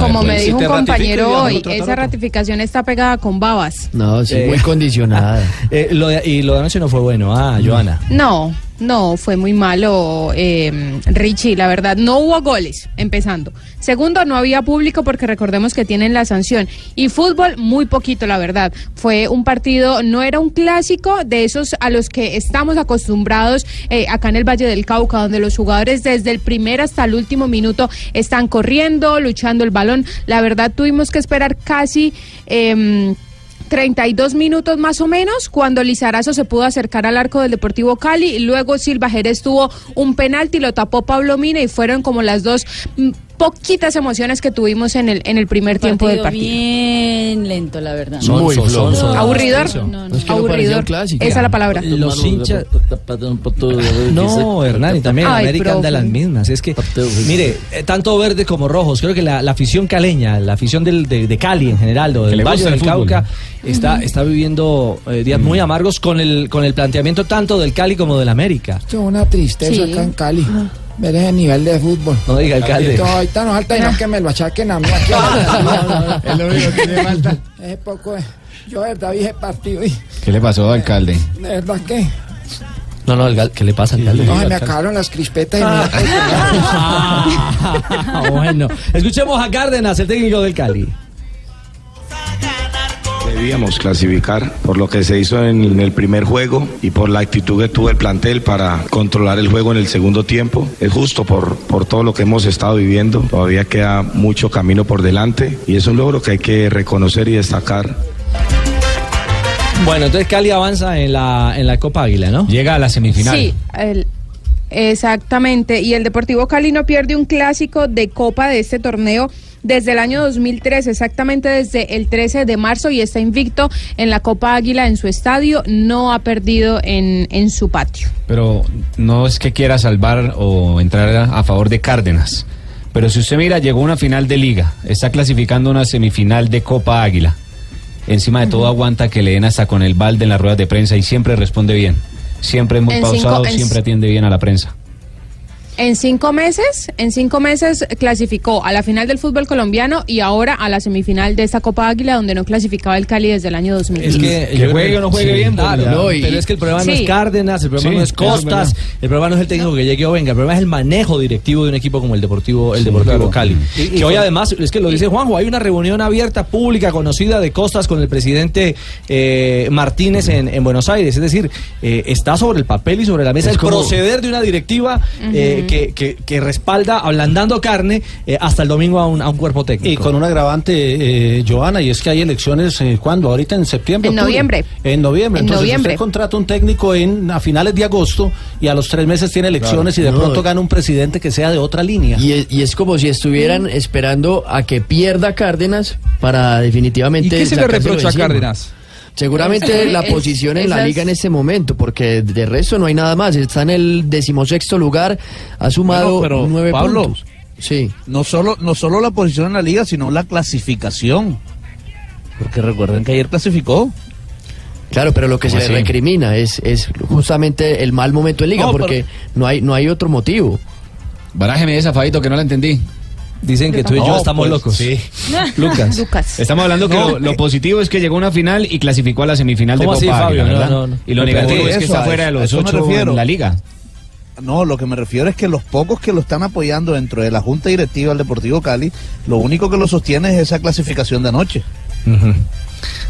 Speaker 22: Como me dijo un compañero hoy,
Speaker 4: otra
Speaker 22: esa ratificación está pegada con babas.
Speaker 8: No, sí,
Speaker 4: Eh.
Speaker 8: muy condicionada.
Speaker 4: Eh, lo de- y lo de anoche no fue bueno. Ah, Joana.
Speaker 22: No, no, fue muy malo eh, Richie, la verdad. No hubo goles, empezando. Segundo, no había público porque recordemos que tienen la sanción. Y fútbol, muy poquito, la verdad. Fue un partido, no era un clásico de esos a los que estamos acostumbrados eh, acá en el Valle del Cauca, donde los jugadores desde el primer hasta el último minuto están corriendo, luchando el balón. La verdad, tuvimos que esperar casi... em, 32 minutos más o menos cuando Lizarazo se pudo acercar al arco del Deportivo Cali y luego Silva Jerez tuvo un penalti, lo tapó Pablo Mina y fueron como las dos mm, poquitas emociones que tuvimos en el en el primer tiempo del partido.
Speaker 6: bien lento, la verdad.
Speaker 22: aburridor,
Speaker 6: aburridor.
Speaker 22: aburridor. Esa es la palabra.
Speaker 12: Los hinchas.
Speaker 4: No, Hernán, y también
Speaker 22: Ay,
Speaker 4: América
Speaker 22: profe.
Speaker 4: anda a las mismas. Es que, mire, eh, tanto verdes como rojos, creo que la, la afición caleña, la afición del- de, de Cali en general, o
Speaker 7: Que
Speaker 4: del
Speaker 7: le
Speaker 4: Valle
Speaker 7: gusta el
Speaker 4: del
Speaker 7: fútbol. Mm.
Speaker 4: Cauca, está, está viviendo eh, días muy amargos con el, con el planteamiento tanto del Cali como del América.
Speaker 5: Esto es una tristeza
Speaker 6: Sí.
Speaker 5: acá en Cali. Ver ese nivel de fútbol.
Speaker 4: No diga, alcalde.
Speaker 5: Esto ahorita nos falta y no que me lo achaquen a mí aquí.
Speaker 4: Ah,
Speaker 6: Ah.
Speaker 7: Es lo único que le falta.
Speaker 5: Es poco. eh, Yo de verdad vi ese partido y
Speaker 7: ¿Qué le pasó, alcalde?
Speaker 5: de verdad que.
Speaker 4: No, no, alcalde, ¿qué le pasa, alcalde?
Speaker 5: No, se me acabaron las crispetas y me
Speaker 4: Ah, bueno, escuchemos a Cárdenas, el técnico del Cali.
Speaker 23: Debíamos clasificar por lo que se hizo en, en el primer juego y por la actitud que tuvo el plantel para controlar el juego en el segundo tiempo. Es justo por, por todo lo que hemos estado viviendo. Todavía queda mucho camino por delante y es un logro que hay que reconocer y destacar.
Speaker 4: Bueno, entonces Cali avanza en la, en la Copa Águila, ¿no?
Speaker 7: Llega a la semifinal.
Speaker 22: Sí, el- exactamente. Y el Deportivo Cali no pierde un clásico de Copa de este torneo desde el año 2003, exactamente desde el 13 de marzo, y está invicto en la Copa Águila en su estadio. No ha perdido en, en su patio.
Speaker 7: Pero no es que quiera salvar o entrar a, a favor de Cárdenas. Pero si usted mira, llegó a una final de liga, está clasificando una semifinal de Copa Águila. Encima de todo aguanta que le den hasta con el balde en las ruedas de prensa y siempre responde bien. Siempre es muy
Speaker 22: En cinco-
Speaker 7: pausado,
Speaker 22: en
Speaker 7: siempre
Speaker 22: c-
Speaker 7: atiende bien a la prensa.
Speaker 22: En cinco meses, en cinco meses clasificó a la final del fútbol colombiano y ahora a la semifinal de esta Copa Águila, donde no clasificaba el Cali desde el año 2000.
Speaker 4: Es que,
Speaker 7: Que
Speaker 4: yo creo
Speaker 7: juegue o no juegue bien,
Speaker 4: claro,
Speaker 7: pues, ya.
Speaker 4: no,
Speaker 7: Y-
Speaker 4: pero es que el problema no
Speaker 22: Sí.
Speaker 4: es Cárdenas, el problema
Speaker 7: Sí,
Speaker 4: no es
Speaker 7: eso es
Speaker 4: Costas,
Speaker 7: verdad.
Speaker 4: el problema no es el técnico que llegue o venga, el problema es el manejo directivo de un equipo como el Deportivo, el
Speaker 7: claro.
Speaker 4: Deportivo Cali.
Speaker 7: Y- y
Speaker 4: Mm. que hoy
Speaker 7: con-
Speaker 4: además, es que lo dice Juanjo, hay una reunión abierta, pública, conocida de Costas con el presidente eh, Martínez en, en Buenos Aires. Es decir, eh, está sobre el papel y sobre la mesa
Speaker 8: Es
Speaker 4: el
Speaker 8: como-
Speaker 4: proceder de una directiva eh,
Speaker 8: Ujú.
Speaker 4: que, que- que respalda, ablandando carne, eh, hasta el domingo a un, a un cuerpo técnico.
Speaker 17: Y con un agravante, eh, Joana, y es que hay elecciones, eh, ¿cuándo? Ahorita en septiembre.
Speaker 22: En
Speaker 17: octubre.
Speaker 22: noviembre.
Speaker 17: En noviembre.
Speaker 22: En
Speaker 17: Entonces
Speaker 22: noviembre.
Speaker 17: usted contrata un técnico en a finales de agosto y a los tres meses tiene elecciones
Speaker 8: Claro.
Speaker 17: y
Speaker 8: No,
Speaker 17: de
Speaker 8: eh.
Speaker 17: pronto gana un presidente que sea de otra línea.
Speaker 8: Y es, y es como si estuvieran esperando a que pierda Cárdenas para definitivamente.
Speaker 10: ¿Y qué se le
Speaker 8: sacárselo
Speaker 10: reprocha a
Speaker 8: encima.
Speaker 10: Cárdenas?
Speaker 8: Seguramente
Speaker 10: Es-
Speaker 8: la
Speaker 10: es-
Speaker 8: posición en la
Speaker 10: esas-
Speaker 8: liga en este momento, porque de resto no hay nada más. Está en el decimosexto lugar, ha sumado
Speaker 18: Bueno, pero,
Speaker 8: nueve
Speaker 18: Pablo,
Speaker 8: puntos. Sí.
Speaker 18: No solo, no solo la posición en la liga, sino la clasificación. Porque recuerden que ayer clasificó.
Speaker 8: Claro, pero lo que se le recrimina es, es justamente el mal momento en liga,
Speaker 18: No, pero-
Speaker 8: porque no hay no hay otro motivo.
Speaker 18: Barájeme esa, Fabito, que no la entendí.
Speaker 4: Dicen que
Speaker 8: tú y yo estamos
Speaker 7: locos. pues, Sí.
Speaker 4: Lucas.
Speaker 7: Estamos hablando que
Speaker 4: No, eh,
Speaker 7: lo, lo positivo es que llegó a una final y clasificó a la semifinal de
Speaker 4: ¿Cómo
Speaker 7: Copa
Speaker 4: así,
Speaker 7: Águila,
Speaker 4: Fabio?
Speaker 7: ¿verdad?
Speaker 4: No, no, no.
Speaker 7: Y lo
Speaker 4: Me
Speaker 7: negativo
Speaker 4: perdí
Speaker 7: es que
Speaker 4: eso,
Speaker 7: está
Speaker 4: a
Speaker 7: fuera de
Speaker 4: eso-
Speaker 18: a
Speaker 7: los
Speaker 18: eso me
Speaker 7: ocho
Speaker 18: refiero.
Speaker 7: en la liga.
Speaker 18: No, lo que me refiero es que los pocos que lo están apoyando dentro de la Junta Directiva del Deportivo Cali, lo único que lo sostiene es esa clasificación de anoche.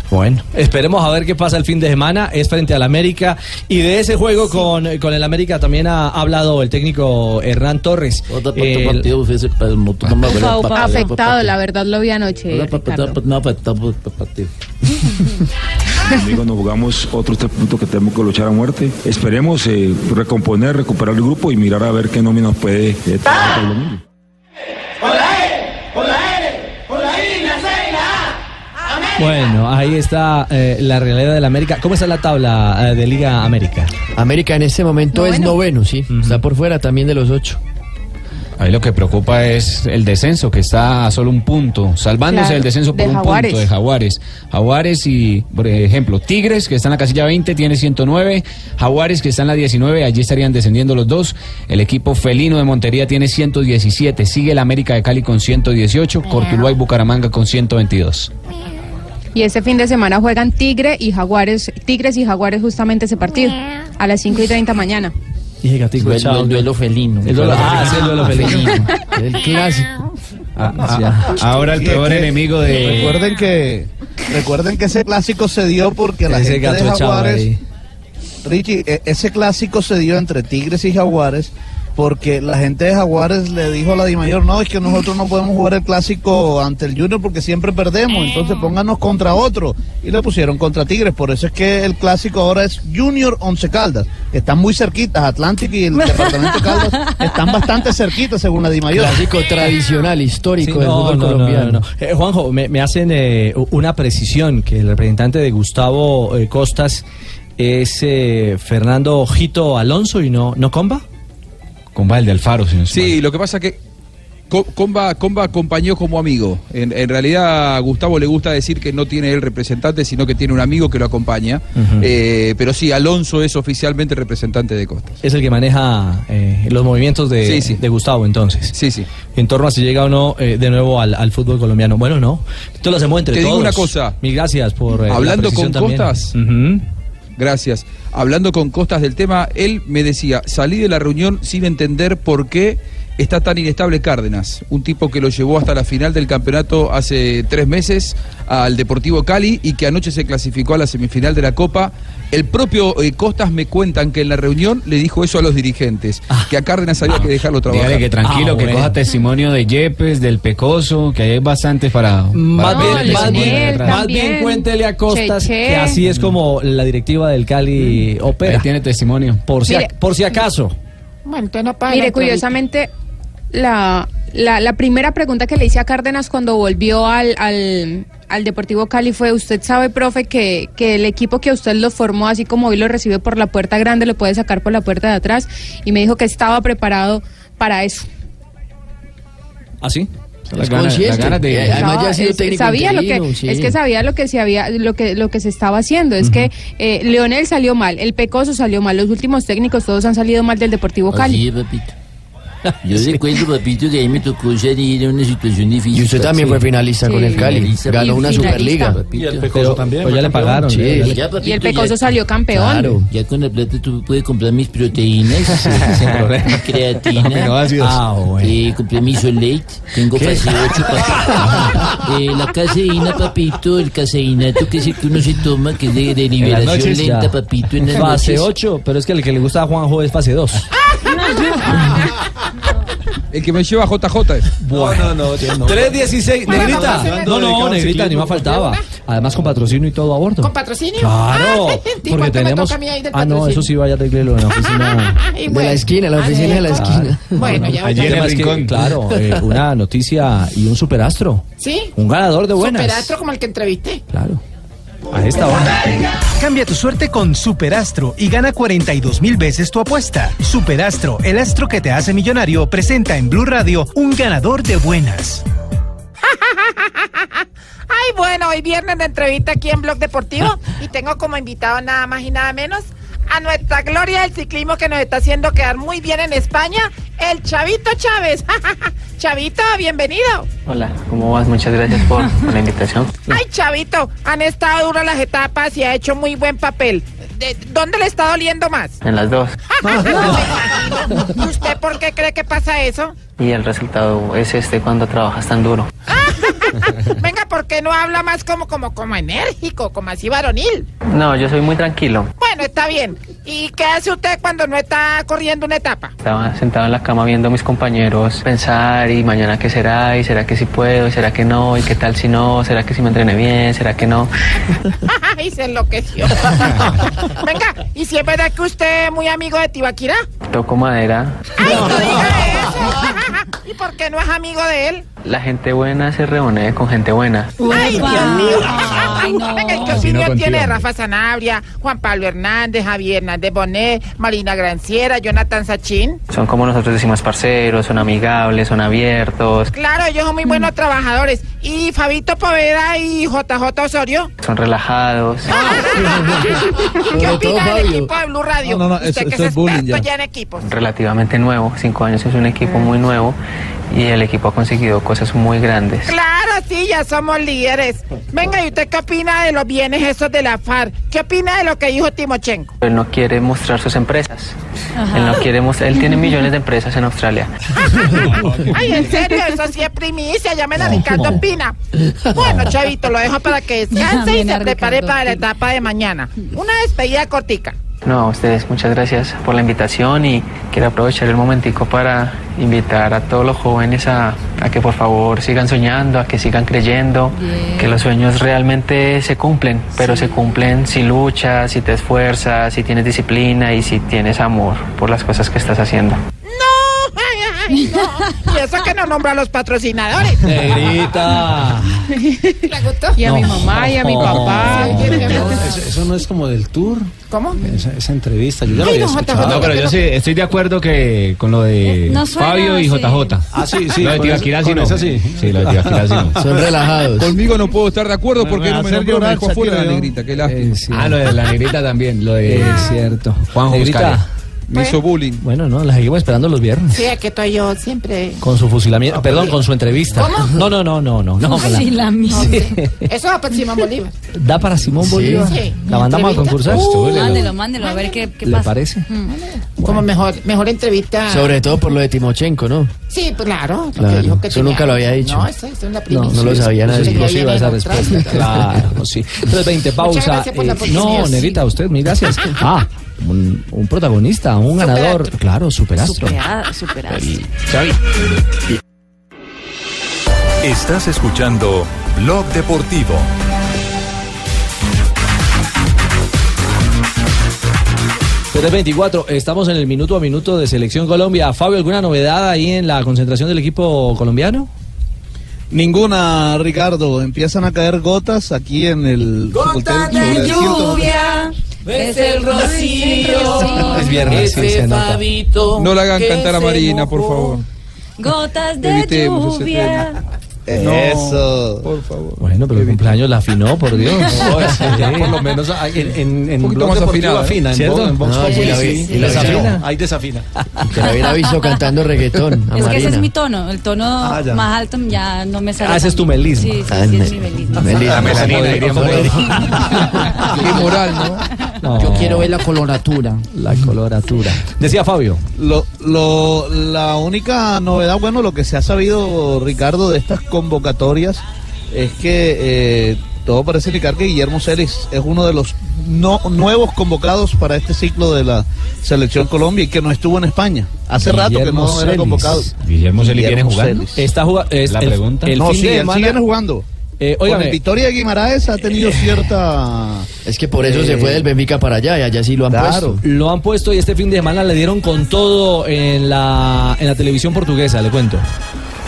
Speaker 4: Bueno. Esperemos a ver qué pasa el fin de semana. Es frente al América. Y de ese juego con, con el América también ha hablado el técnico Hernán Torres.
Speaker 12: Otro
Speaker 4: El- Ah,
Speaker 12: partido fuese para el motor, no me acuerdo,
Speaker 22: Ufa, ufa,
Speaker 12: papá,
Speaker 22: afectado,
Speaker 12: papá.
Speaker 22: la verdad lo vi anoche.
Speaker 12: Papá, papá,
Speaker 22: Ricardo.
Speaker 12: papá, no, papá, papá, papá.
Speaker 2: Digo, nos jugamos otros tres puntos que tenemos que luchar a muerte. Esperemos eh, recomponer, recuperar el grupo y mirar a ver qué nómina nos puede eh, traer para el domingo.
Speaker 4: Bueno, ahí está eh, la realidad del América. ¿Cómo está la tabla eh, de Liga América?
Speaker 8: América en este momento es noveno, sí. Está por fuera también de los ocho.
Speaker 7: Ahí lo que preocupa es el descenso, que está a solo un punto, salvándose
Speaker 8: Claro,
Speaker 7: del descenso por
Speaker 8: de
Speaker 7: un
Speaker 8: Jaguares.
Speaker 7: punto de Jaguares. Jaguares y, por ejemplo, Tigres, que está en la casilla 20, tiene 109. Jaguares, que está en la 19, allí estarían descendiendo los dos. El equipo felino de Montería tiene 117. Sigue el América de Cali con 118. Cortuluá y Bucaramanga con 122.
Speaker 22: Y este fin de semana juegan Tigre y Jaguares, Tigres y Jaguares justamente ese partido, a las 5 y 30 mañana.
Speaker 12: Dije gatico,
Speaker 11: Duelo-
Speaker 12: chao.
Speaker 11: el duelo felino.
Speaker 12: El duelo- ah, sí, el duelo felino.
Speaker 8: El clásico.
Speaker 11: Ah,
Speaker 7: Ah,
Speaker 18: ah.
Speaker 7: ahora el peor enemigo de-
Speaker 18: Recuerden que, recuerden que ese clásico se dio porque la
Speaker 4: Ese
Speaker 18: gente de
Speaker 4: gato echado
Speaker 18: Jaguares.
Speaker 4: ahí.
Speaker 18: Richie, e- ese clásico se dio entre Tigres y Jaguares porque la gente de Jaguares le dijo a la DiMayor, no, es que nosotros no podemos jugar el clásico ante el Junior porque siempre perdemos, entonces pónganos contra otro. Y le pusieron contra Tigres, por eso es que el clásico ahora es Junior Once Caldas, que están muy cerquitas, Atlántico y el departamento de Caldas están bastante cerquitas según la DiMayor.
Speaker 8: Clásico tradicional, histórico
Speaker 4: Sí,
Speaker 8: del
Speaker 4: no,
Speaker 8: fútbol
Speaker 4: no, no,
Speaker 8: colombiano.
Speaker 4: no, no. Eh, Juanjo, me, me hacen eh, u- una precisión que el representante de Gustavo eh, Costas es eh, Fernando Ojito Alonso y no, no Comba.
Speaker 7: Comba el de Alfaro,
Speaker 10: Sí, lo que pasa que Co- Comba, Comba acompañó como amigo. En, en realidad a Gustavo le gusta decir que no tiene el representante, sino que tiene un amigo que lo acompaña.
Speaker 4: Ujú.
Speaker 10: Eh, pero sí, Alonso es oficialmente representante de Costa.
Speaker 4: Es el que maneja eh, los movimientos de,
Speaker 10: Sí, sí.
Speaker 4: de Gustavo entonces.
Speaker 10: Sí, sí.
Speaker 4: En torno a si llega o no eh, de nuevo al, al fútbol colombiano. Bueno, no. Entonces lo hacemos entre
Speaker 10: Te digo
Speaker 4: todos.
Speaker 10: una cosa.
Speaker 4: Mil gracias por eh, la
Speaker 10: Hablando con
Speaker 4: precisión también.
Speaker 10: Costas. Gracias. Hablando con Costas del tema, él me decía, salí de la reunión sin entender por qué está tan inestable Cárdenas, un tipo que lo llevó hasta la final del campeonato hace tres meses al Deportivo Cali y que anoche se clasificó a la semifinal de la Copa. El propio eh, Costas me cuentan que en la reunión le dijo eso a los dirigentes,
Speaker 4: Ah.
Speaker 10: que a Cárdenas había que dejarlo trabajar.
Speaker 7: Dígale que tranquilo,
Speaker 10: Ah,
Speaker 7: que coja testimonio de Yepes, del Pecoso, que ahí hay bastantes para.
Speaker 4: Más
Speaker 7: para
Speaker 4: bien-
Speaker 7: pedir
Speaker 4: más
Speaker 7: testimonio
Speaker 4: bien-
Speaker 7: detrás.
Speaker 4: más bien cuéntele a Costas
Speaker 22: Che, che.
Speaker 4: que así es como la directiva del Cali opera. Ahí tiene
Speaker 7: testimonio.
Speaker 4: Por si,
Speaker 22: Mire.
Speaker 4: por si acaso.
Speaker 19: Bueno, entonces no paga la
Speaker 22: Mire,
Speaker 19: entrevista.
Speaker 22: curiosamente, la, la, la primera pregunta que le hice a Cárdenas cuando volvió al, al, al Deportivo Cali fue, ¿usted sabe, profe, que, que el equipo que a usted lo formó, así como hoy lo recibe por la puerta grande, lo puede sacar por la puerta de atrás? Y me dijo que estaba preparado para eso.
Speaker 4: ¿Así?
Speaker 7: Las ganas- las ganas de-
Speaker 11: Eh,
Speaker 8: Además, ya ha sido
Speaker 22: es-
Speaker 8: técnico
Speaker 22: sabía lo que
Speaker 8: interino, sí.
Speaker 22: es que sabía lo que se había lo que lo que se estaba haciendo es que eh, Leonel salió mal el Pecoso salió mal los últimos técnicos todos han salido mal del Deportivo
Speaker 11: Así
Speaker 22: Cali
Speaker 11: es, papito. Yo recuerdo, papito, que ahí me tocó ser ir a una situación difícil.
Speaker 8: Y usted también fue finalista con el Cali,
Speaker 11: Finalista,
Speaker 8: ganó una
Speaker 11: finalista.
Speaker 8: Superliga.
Speaker 11: Papito.
Speaker 8: Y el Pecoso también
Speaker 11: pero
Speaker 8: fue campeón. Sí.
Speaker 22: y el
Speaker 11: papito,
Speaker 22: Pecoso
Speaker 11: ya-
Speaker 22: salió campeón
Speaker 11: Claro, ya con la plata tú puedes comprar mis proteínas, mi creatina,
Speaker 7: Aminoácidos.
Speaker 11: Ah, bueno. eh, compré mi Solate, tengo fase 8, papito. Eh, la caseína, papito, el caseínato que es el que uno se toma, que es de, de
Speaker 4: En las
Speaker 11: liberación
Speaker 4: noches,
Speaker 11: lenta,
Speaker 4: ya.
Speaker 11: papito, en las
Speaker 4: Fase
Speaker 11: noches.
Speaker 4: 8, pero es que el que le gusta a Juanjo es fase 2.
Speaker 10: El que me lleva a JJ es.
Speaker 4: Bueno, no, 316,
Speaker 10: Bueno,
Speaker 4: negrita.
Speaker 10: estamos hablando
Speaker 4: No,
Speaker 10: de
Speaker 4: no,
Speaker 10: cada
Speaker 4: negrita, ni
Speaker 10: ciclismo.
Speaker 4: más faltaba. Además con patrocinio y todo a bordo.
Speaker 19: ¿Con patrocinio?
Speaker 21: Ah,
Speaker 4: Claro,
Speaker 19: Ay, ¿y
Speaker 4: porque
Speaker 19: cuánto me
Speaker 4: tenemos.
Speaker 19: Ah, toca a mí ahí del
Speaker 4: Ah, no,
Speaker 19: patrocinio?
Speaker 4: eso sí vaya a arreglarlo en la oficina.
Speaker 19: Ay,
Speaker 8: De
Speaker 19: bueno.
Speaker 8: la
Speaker 21: Ah,
Speaker 8: esquina,
Speaker 6: Ah,
Speaker 8: la oficina de la esquina.
Speaker 19: Bueno, ya
Speaker 4: Ayer
Speaker 19: ya-
Speaker 4: el rincón. claro, eh, una noticia y un superastro.
Speaker 19: ¿Sí?
Speaker 4: Un ganador de buenas.
Speaker 19: Superastro como el que entrevisté.
Speaker 4: A esta hora.
Speaker 17: Cambia tu suerte con Superastro y gana 42 mil veces tu apuesta. Superastro, el astro que te hace millonario, presenta en Blue Radio un ganador de buenas.
Speaker 19: Ay, bueno, hoy viernes de entrevista aquí en Blog Deportivo y tengo como invitado nada más y nada menos a nuestra gloria del ciclismo que nos está haciendo quedar muy bien en España, el Chavito Chávez. Chavito, bienvenido.
Speaker 21: Hola, ¿cómo vas? Muchas gracias por, por la invitación.
Speaker 19: Ay, Chavito, han estado duras las etapas y ha hecho muy buen papel. ¿De- ¿Dónde le está doliendo más?
Speaker 21: En las dos.
Speaker 19: ¿Usted por qué cree que pasa eso?
Speaker 21: Y el resultado es este cuando trabajas tan duro.
Speaker 19: Venga, ¿por qué no habla más como, como, como enérgico, como así varonil?
Speaker 21: No, yo soy muy tranquilo.
Speaker 19: Bueno, está bien. ¿Y qué hace usted cuando no está corriendo una etapa?
Speaker 21: Estaba sentado en la cama viendo a mis compañeros pensar y mañana qué será y será que sí puedo y será que no y qué tal si no, será que si me entrené bien, será que no.
Speaker 19: y se enloqueció. Venga, ¿y si es verdad que usted es muy amigo de Tibaquirá?
Speaker 21: Toco madera.
Speaker 19: ¡Ay, no diga eso! ¿Y por qué no es amigo de él?
Speaker 21: La gente buena se reúne con gente buena.
Speaker 19: ¡Ay, Dios mío! Venga, ¿y
Speaker 21: Si
Speaker 19: qué
Speaker 21: no,
Speaker 19: opinión
Speaker 21: contigo.
Speaker 19: tiene de Rafa Sanabria, Juan Pablo Hernández, Javier Hernández Bonet, Marina Granciera, Jonathan Sachin?
Speaker 21: Son como nosotros decimos parceros, son amigables, son abiertos,
Speaker 19: Claro, ellos son muy
Speaker 21: Mm.
Speaker 19: buenos trabajadores. ¿Y Fabito Poveda y JJ Osorio?
Speaker 21: son relajados.
Speaker 19: ¿Qué
Speaker 21: Sobre todo
Speaker 19: opina del
Speaker 21: Fabio.
Speaker 19: equipo de Blue Radio?
Speaker 21: No, no, no,
Speaker 19: Usted
Speaker 21: eso-
Speaker 19: que
Speaker 21: eso
Speaker 19: es
Speaker 21: es bullying
Speaker 19: experto
Speaker 21: ya.
Speaker 19: ya en equipos.
Speaker 21: relativamente nuevo, cinco años es un equipo muy nuevo y el equipo ha conseguido cosas muy grandes.
Speaker 19: Claro, sí, ya somos líderes. Venga, ¿y usted qué opina de los bienes esos de la FARC? ¿Qué opina de lo que dijo Timochenko?
Speaker 21: Él no quiere mostrar sus empresas. Él no quiere mostrar, él tiene millones de empresas en Australia.
Speaker 19: Ay, en serio, eso sí es primicia. Llamen a Ricardo Pina. Bueno, chavito, lo dejo para que descanse y
Speaker 21: Llamen
Speaker 19: se
Speaker 21: a
Speaker 19: prepare
Speaker 21: Ricardo
Speaker 19: para la etapa de mañana. Una despedida cortica.
Speaker 21: No, a ustedes muchas gracias por la invitación y quiero aprovechar el momentico para invitar a todos los jóvenes a, a que por favor sigan soñando, a que sigan creyendo, que los sueños realmente se cumplen, pero se cumplen si luchas, si te esfuerzas, si tienes disciplina y si tienes amor por las cosas que estás haciendo.
Speaker 19: ¡No! Ay, ay, no. Y eso que no nombra a los patrocinadores.
Speaker 4: Negrita.
Speaker 19: ¿Le gustó?
Speaker 22: y a mi mamá y a mi
Speaker 14: No.
Speaker 22: papá
Speaker 14: No, Oh. eso, eso no es como del tour.
Speaker 19: ¿Cómo?
Speaker 14: Esa, esa entrevista, yo ya lo
Speaker 19: Ay,
Speaker 14: había
Speaker 19: no,
Speaker 14: escuchado.
Speaker 19: JJ,
Speaker 7: No, pero yo sí estoy de acuerdo que con lo de
Speaker 14: No suena
Speaker 7: Fabio y
Speaker 14: así.
Speaker 7: JJ.
Speaker 14: Ah, sí, sí,
Speaker 7: Lo de
Speaker 14: con
Speaker 7: Tibaquirá
Speaker 14: esa-
Speaker 7: sí
Speaker 14: con
Speaker 7: no.
Speaker 14: esa sí.
Speaker 7: Sí, lo de Tibaquirá sí no.
Speaker 10: Conmigo no puedo estar de acuerdo porque no me nombró, me dejó fuera la negrita.
Speaker 4: Eh,
Speaker 7: Ah, lo de la negrita también, lo de...
Speaker 4: cierto.
Speaker 7: Juanjo
Speaker 4: Negrita,
Speaker 7: Buscalia.
Speaker 10: Me hizo bullying.
Speaker 4: Bueno, no, la seguimos esperando los viernes.
Speaker 21: Sí, es que estoy yo siempre.
Speaker 4: Con su fusilamiento, perdón, con su entrevista.
Speaker 21: ¿Cómo?
Speaker 4: No, no, no, no, no. no con la-
Speaker 21: No sé. Eso va para Simón Bolívar.
Speaker 4: da para Simón Bolívar.
Speaker 21: Sí.
Speaker 4: La mandamos a concursar.
Speaker 6: Uh, mándelo, mándelo, a ver qué, qué
Speaker 4: ¿Le
Speaker 6: pasa. Mm.
Speaker 4: parece?
Speaker 21: Como mejor, mejor entrevista.
Speaker 8: Sobre todo por lo de Timochenko, ¿no?
Speaker 21: Sí,
Speaker 11: pues,
Speaker 21: claro.
Speaker 8: Claro,
Speaker 21: que dijo que
Speaker 8: eso nunca lo había dicho.
Speaker 21: No, eso, eso es una primicia.
Speaker 8: no lo sabía
Speaker 21: Eso
Speaker 8: nadie.
Speaker 21: es
Speaker 8: Explosiva
Speaker 21: que
Speaker 8: esa
Speaker 21: viene en otras.
Speaker 8: respuesta.
Speaker 4: Claro, sí. 320,
Speaker 21: Muchas
Speaker 4: pausa. eh,
Speaker 21: gracias por la oportunidad,
Speaker 4: no,
Speaker 21: sí.
Speaker 4: Nerita, a usted, mil gracias. Ah, un, un protagonista, un ganador. Claro, superastro.
Speaker 13: Superada, superada.
Speaker 4: Xavi.
Speaker 1: Estás escuchando Blog Deportivo.
Speaker 4: Pero 24, estamos en el minuto a minuto de Selección Colombia. Fabio, ¿alguna novedad ahí en la concentración del equipo colombiano?
Speaker 18: Ninguna, Ah, Ricardo. Empiezan a caer gotas aquí en el. Gotas
Speaker 13: es el rocío.
Speaker 10: Es viernes, sí,
Speaker 13: Ese
Speaker 10: se nota.
Speaker 13: Fabito
Speaker 10: No la hagan
Speaker 13: que
Speaker 10: cantar a
Speaker 13: se
Speaker 10: Marina, por
Speaker 13: mojó.
Speaker 10: favor.
Speaker 13: Gotas de
Speaker 10: Evitemos ese
Speaker 13: lluvia.
Speaker 10: No,
Speaker 18: Eso.
Speaker 10: Por favor.
Speaker 4: Bueno, pero el cumpleaños la afinó, por Dios.
Speaker 10: No,
Speaker 4: es que ya por lo
Speaker 17: menos en, en,
Speaker 4: Un poquito
Speaker 17: Blog
Speaker 4: más
Speaker 17: Deportivo
Speaker 4: afinada, ¿eh?
Speaker 17: afina, en
Speaker 4: ¿Cierto?
Speaker 17: Vox- en Vox
Speaker 4: No, y
Speaker 17: Populi,
Speaker 4: la vi-
Speaker 17: sí,
Speaker 4: y la
Speaker 17: desafina,
Speaker 4: vi-
Speaker 17: ahí desafina.
Speaker 8: Que la hubiera visto cantando reggaetón. a
Speaker 6: Es que ese es
Speaker 8: Marina.
Speaker 6: mi tono, el tono
Speaker 8: Ah, ya.
Speaker 6: más alto ya no me sale.
Speaker 8: Ah, ese es
Speaker 6: tan
Speaker 8: tu
Speaker 6: bien.
Speaker 8: melisma.
Speaker 6: Sí, sí,
Speaker 8: Ah,
Speaker 6: sí,
Speaker 8: el
Speaker 6: es
Speaker 8: me-
Speaker 6: mi melisma.
Speaker 8: Melisma. La melanina,
Speaker 4: Como-
Speaker 8: diríamos.
Speaker 4: como-
Speaker 8: Qué moral,
Speaker 4: No.
Speaker 18: Yo quiero ver la
Speaker 4: coloratura. La coloratura. Decía Fabio.
Speaker 18: Lo, lo- la única novedad, bueno, lo que se ha sabido, Ricardo, de estas convocatorias es que eh, todo parece indicar que Guillermo Celis es uno de los no, nuevos convocados para este ciclo de la Selección Colombia y que no estuvo en España. Hace rato que no
Speaker 4: Guillermo
Speaker 18: era
Speaker 4: Celis.
Speaker 18: convocado.
Speaker 7: Guillermo Celis viene jugando.
Speaker 4: Está jugando.
Speaker 7: La pregunta.
Speaker 4: El,
Speaker 18: no,
Speaker 4: fin
Speaker 18: sí,
Speaker 4: de
Speaker 18: él sí
Speaker 4: semana-
Speaker 18: viene jugando.
Speaker 4: Eh,
Speaker 18: Con
Speaker 4: óigame.
Speaker 18: el Victoria de Guimaraes ha tenido cierta...
Speaker 8: Es que por eso se
Speaker 4: Eh,
Speaker 8: fue del Benfica para allá y allá sí lo han puesto.
Speaker 4: Lo han puesto y este fin de semana le dieron con todo en la, en la televisión portuguesa, le cuento.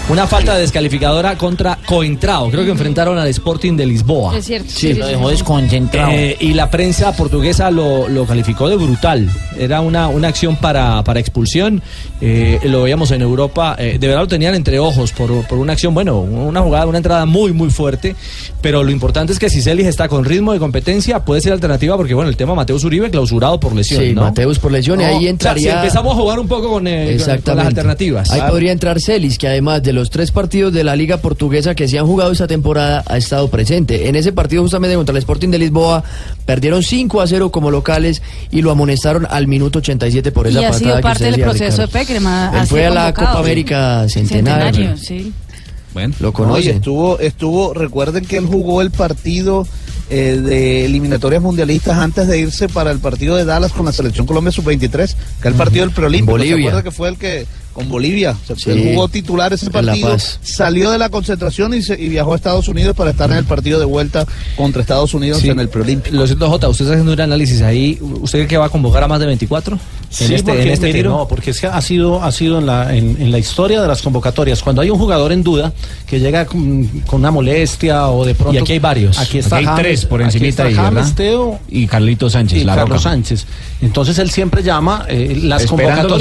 Speaker 4: Una falta descalificadora contra Coentrao. Creo que enfrentaron al Sporting de Lisboa.
Speaker 6: Es cierto, Sí, sí, lo sí, dejó sí.
Speaker 4: desconcentrado. Eh, y la prensa portuguesa lo, lo calificó de brutal. Era una, una acción para, para expulsión. Eh, lo veíamos en Europa. eh, de verdad lo tenían entre ojos por, por una acción, bueno, una jugada, una entrada muy, muy fuerte. Pero lo importante es que si Celis está con ritmo de competencia, puede ser alternativa porque, bueno, el tema Mateus Uribe clausurado por lesión.
Speaker 8: Sí,
Speaker 4: ¿no?
Speaker 8: Mateus por lesión y
Speaker 4: No,
Speaker 8: ahí
Speaker 4: o sea,
Speaker 8: entraría.
Speaker 4: si empezamos a jugar un poco con, eh, con- con las alternativas.
Speaker 8: Ahí podría entrar Celis, que además de los tres partidos de la Liga Portuguesa que se han jugado esta temporada, ha estado presente. En ese partido, justamente contra el Sporting de Lisboa, perdieron 5 a 0 como locales y lo amonestaron al minuto 87 por esa
Speaker 6: Y ha
Speaker 8: patada
Speaker 6: sido
Speaker 8: que
Speaker 6: parte
Speaker 8: usted
Speaker 6: del
Speaker 8: decía,
Speaker 6: proceso de
Speaker 8: Ricardo.
Speaker 6: Peckerman. ha
Speaker 8: Él fue
Speaker 6: sido
Speaker 8: a la
Speaker 6: convocado.
Speaker 8: Copa América Centenario.
Speaker 6: Centenario, sí.
Speaker 8: Lo
Speaker 18: No, y
Speaker 8: conocen.
Speaker 18: estuvo, estuvo, recuerden que él jugó el partido eh, de eliminatorias mundialistas antes de irse para el partido de Dallas con la selección Colombia sub-23, que el partido del preolímpico. ¿se
Speaker 8: Bolivia.
Speaker 18: acuerda que fue el que con Bolivia? Se-
Speaker 8: Sí.
Speaker 18: él jugó titular ese
Speaker 8: En La
Speaker 18: partido,
Speaker 8: Paz.
Speaker 18: salió de la concentración y, se- y viajó a Estados Unidos para estar en el partido de vuelta contra Estados Unidos
Speaker 4: Sí.
Speaker 18: en el preolímpico.
Speaker 4: Lo siento, Jota, usted está haciendo un análisis ahí. ¿Usted cree que va a convocar a más de 24?
Speaker 17: Sí, porque, mire,
Speaker 4: este tiro?
Speaker 17: este no, porque es que ha sido, ha sido en, la, en, en la historia de las convocatorias. Cuando hay un jugador en duda que llega con, con una molestia o de pronto.
Speaker 7: Y aquí hay varios.
Speaker 17: Aquí está
Speaker 7: Aquí hay
Speaker 17: James,
Speaker 7: tres por
Speaker 17: aquí
Speaker 7: encimita
Speaker 17: está
Speaker 7: ahí,
Speaker 17: James,
Speaker 7: ¿verdad?
Speaker 17: Teo
Speaker 7: Y Carlito Sánchez,
Speaker 17: y
Speaker 7: la
Speaker 17: Carlos
Speaker 7: Roca.
Speaker 17: Sánchez. Entonces él siempre llama. eh, las
Speaker 7: Esperando los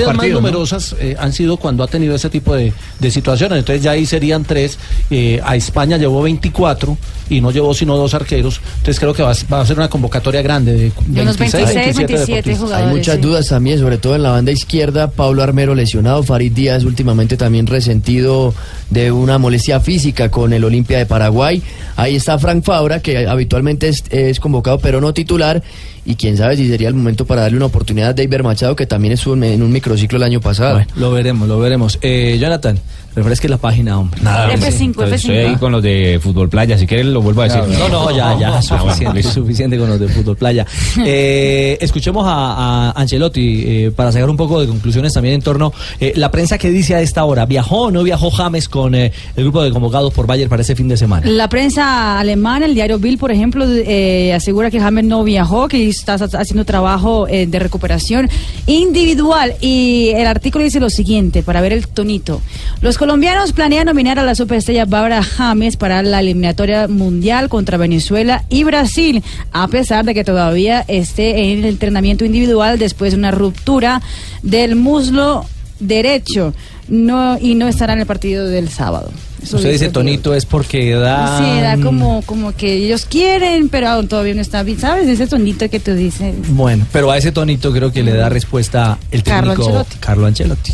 Speaker 17: convocatorias más
Speaker 7: partidos, ¿no?
Speaker 17: numerosas eh, han sido cuando ha tenido ese tipo de, de situaciones. Entonces ya ahí serían tres. eh, a España llevó 24 y no llevó sino dos arqueros. Entonces creo que va, a- va a ser una convocatoria grande de,
Speaker 6: De unos 26, 27
Speaker 17: deportistas.
Speaker 8: Hay muchas dudas también, sobre todo en la banda izquierda. Pablo Armero lesionado, Farid Díaz últimamente también resentido de una molestia física con el Olimpia de Paraguay. Ahí está Frank Fabra, que habitualmente es, es convocado pero no titular. Y quién sabe si sería el momento para darle una oportunidad a David Machado, que también estuvo en- en un microciclo el año pasado.
Speaker 4: Lo veremos, lo veremos. Eh, Jonathan, refresque la página, hombre.
Speaker 7: Nada, hombre. Entonces, Estoy ahí con los de Fútbol Playa, si quieren lo vuelvo a decir.
Speaker 4: No, no, ya, ya,
Speaker 7: Ah, bueno,
Speaker 4: suficiente,
Speaker 7: listo.
Speaker 4: suficiente con los de fútbol playa. Eh, escuchemos a, a Ancelotti eh, para sacar un poco de conclusiones también en torno eh, la prensa que dice a esta hora, ¿viajó o no viajó James con eh, el grupo de convocados por Bayern para ese fin de semana?
Speaker 6: La prensa alemana, el diario Bild, por ejemplo, eh, asegura que James no viajó, que está sa- haciendo trabajo eh, de recuperación individual. Y el artículo dice lo siguiente, para ver el tonito. Los colombianos planean nominar a la superestrella Bárbara James para la eliminatoria mundial contra Venezuela y Brasil, a pesar de que todavía esté en el entrenamiento individual después de una ruptura del muslo derecho. no, y no estará en el partido del sábado. Eso
Speaker 4: Usted
Speaker 6: dice
Speaker 4: dice tonito es porque da.
Speaker 6: Sí, da como, como que ellos quieren, pero aún todavía no está bien. ¿Sabes? Ese tonito que tú dices.
Speaker 4: Bueno, pero a ese tonito creo que le da respuesta el
Speaker 6: Carlo
Speaker 4: técnico
Speaker 6: Ancelotti.
Speaker 4: Carlo Ancelotti.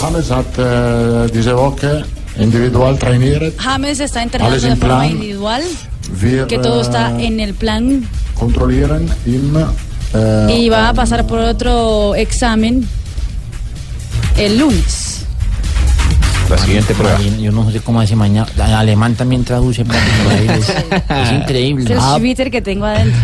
Speaker 15: James had eh, deze week individual trainieren.
Speaker 24: James está entrenando
Speaker 15: Alles
Speaker 24: de
Speaker 15: in
Speaker 24: forma
Speaker 15: plan.
Speaker 24: individual,
Speaker 15: Weer
Speaker 24: que todo está
Speaker 15: eh,
Speaker 24: en el plan
Speaker 15: controleren in. eh,
Speaker 24: y va a pasar por otro examen el lunes.
Speaker 4: La siguiente
Speaker 11: prueba. yo no sé cómo hace mañana. En alemán también traduce. para que lo veas. es
Speaker 6: Es
Speaker 11: increíble. Ah, eh.
Speaker 6: el Schwitter que tengo adentro.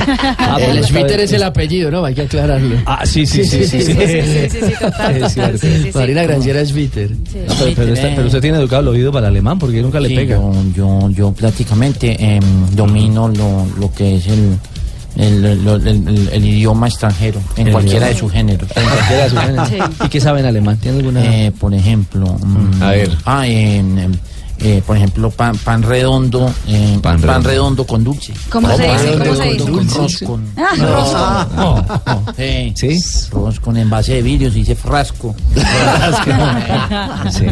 Speaker 8: el Schwitter es el apellido, ¿no? Hay que aclararlo.
Speaker 4: Ah, sí, sí, sí, sí, sí, sí, sí, sí, total, Es total, cierto. sí, sí, sí.
Speaker 8: Marina Granciera es Schwitter.
Speaker 4: No, pero, pero está- pero usted tiene educado el oído para el alemán porque nunca le
Speaker 11: Sí,
Speaker 4: pega.
Speaker 11: Yo, yo, yo prácticamente em, domino lo, lo que es el, el, el- el- el- el idioma extranjero, en
Speaker 4: El
Speaker 11: cualquiera
Speaker 4: idioma.
Speaker 11: de sus géneros.
Speaker 4: En cualquiera de sus géneros. Sí.
Speaker 11: ¿Y qué saben alemán? ¿Tiene alguna? por ejemplo. mm,
Speaker 4: A ver.
Speaker 11: Ah, en, em, eh, por ejemplo, pan, pan redondo, eh, pan,
Speaker 4: redondo.
Speaker 11: redondo con dulce.
Speaker 6: ¿Cómo se dice? ¿Cómo se dice?
Speaker 11: Ah, Con Ah, rosco.
Speaker 6: Ah, rosco.
Speaker 4: Oh,
Speaker 11: Sí. Rosco en eh, envase de vidrio se dice frasco.
Speaker 4: Sí.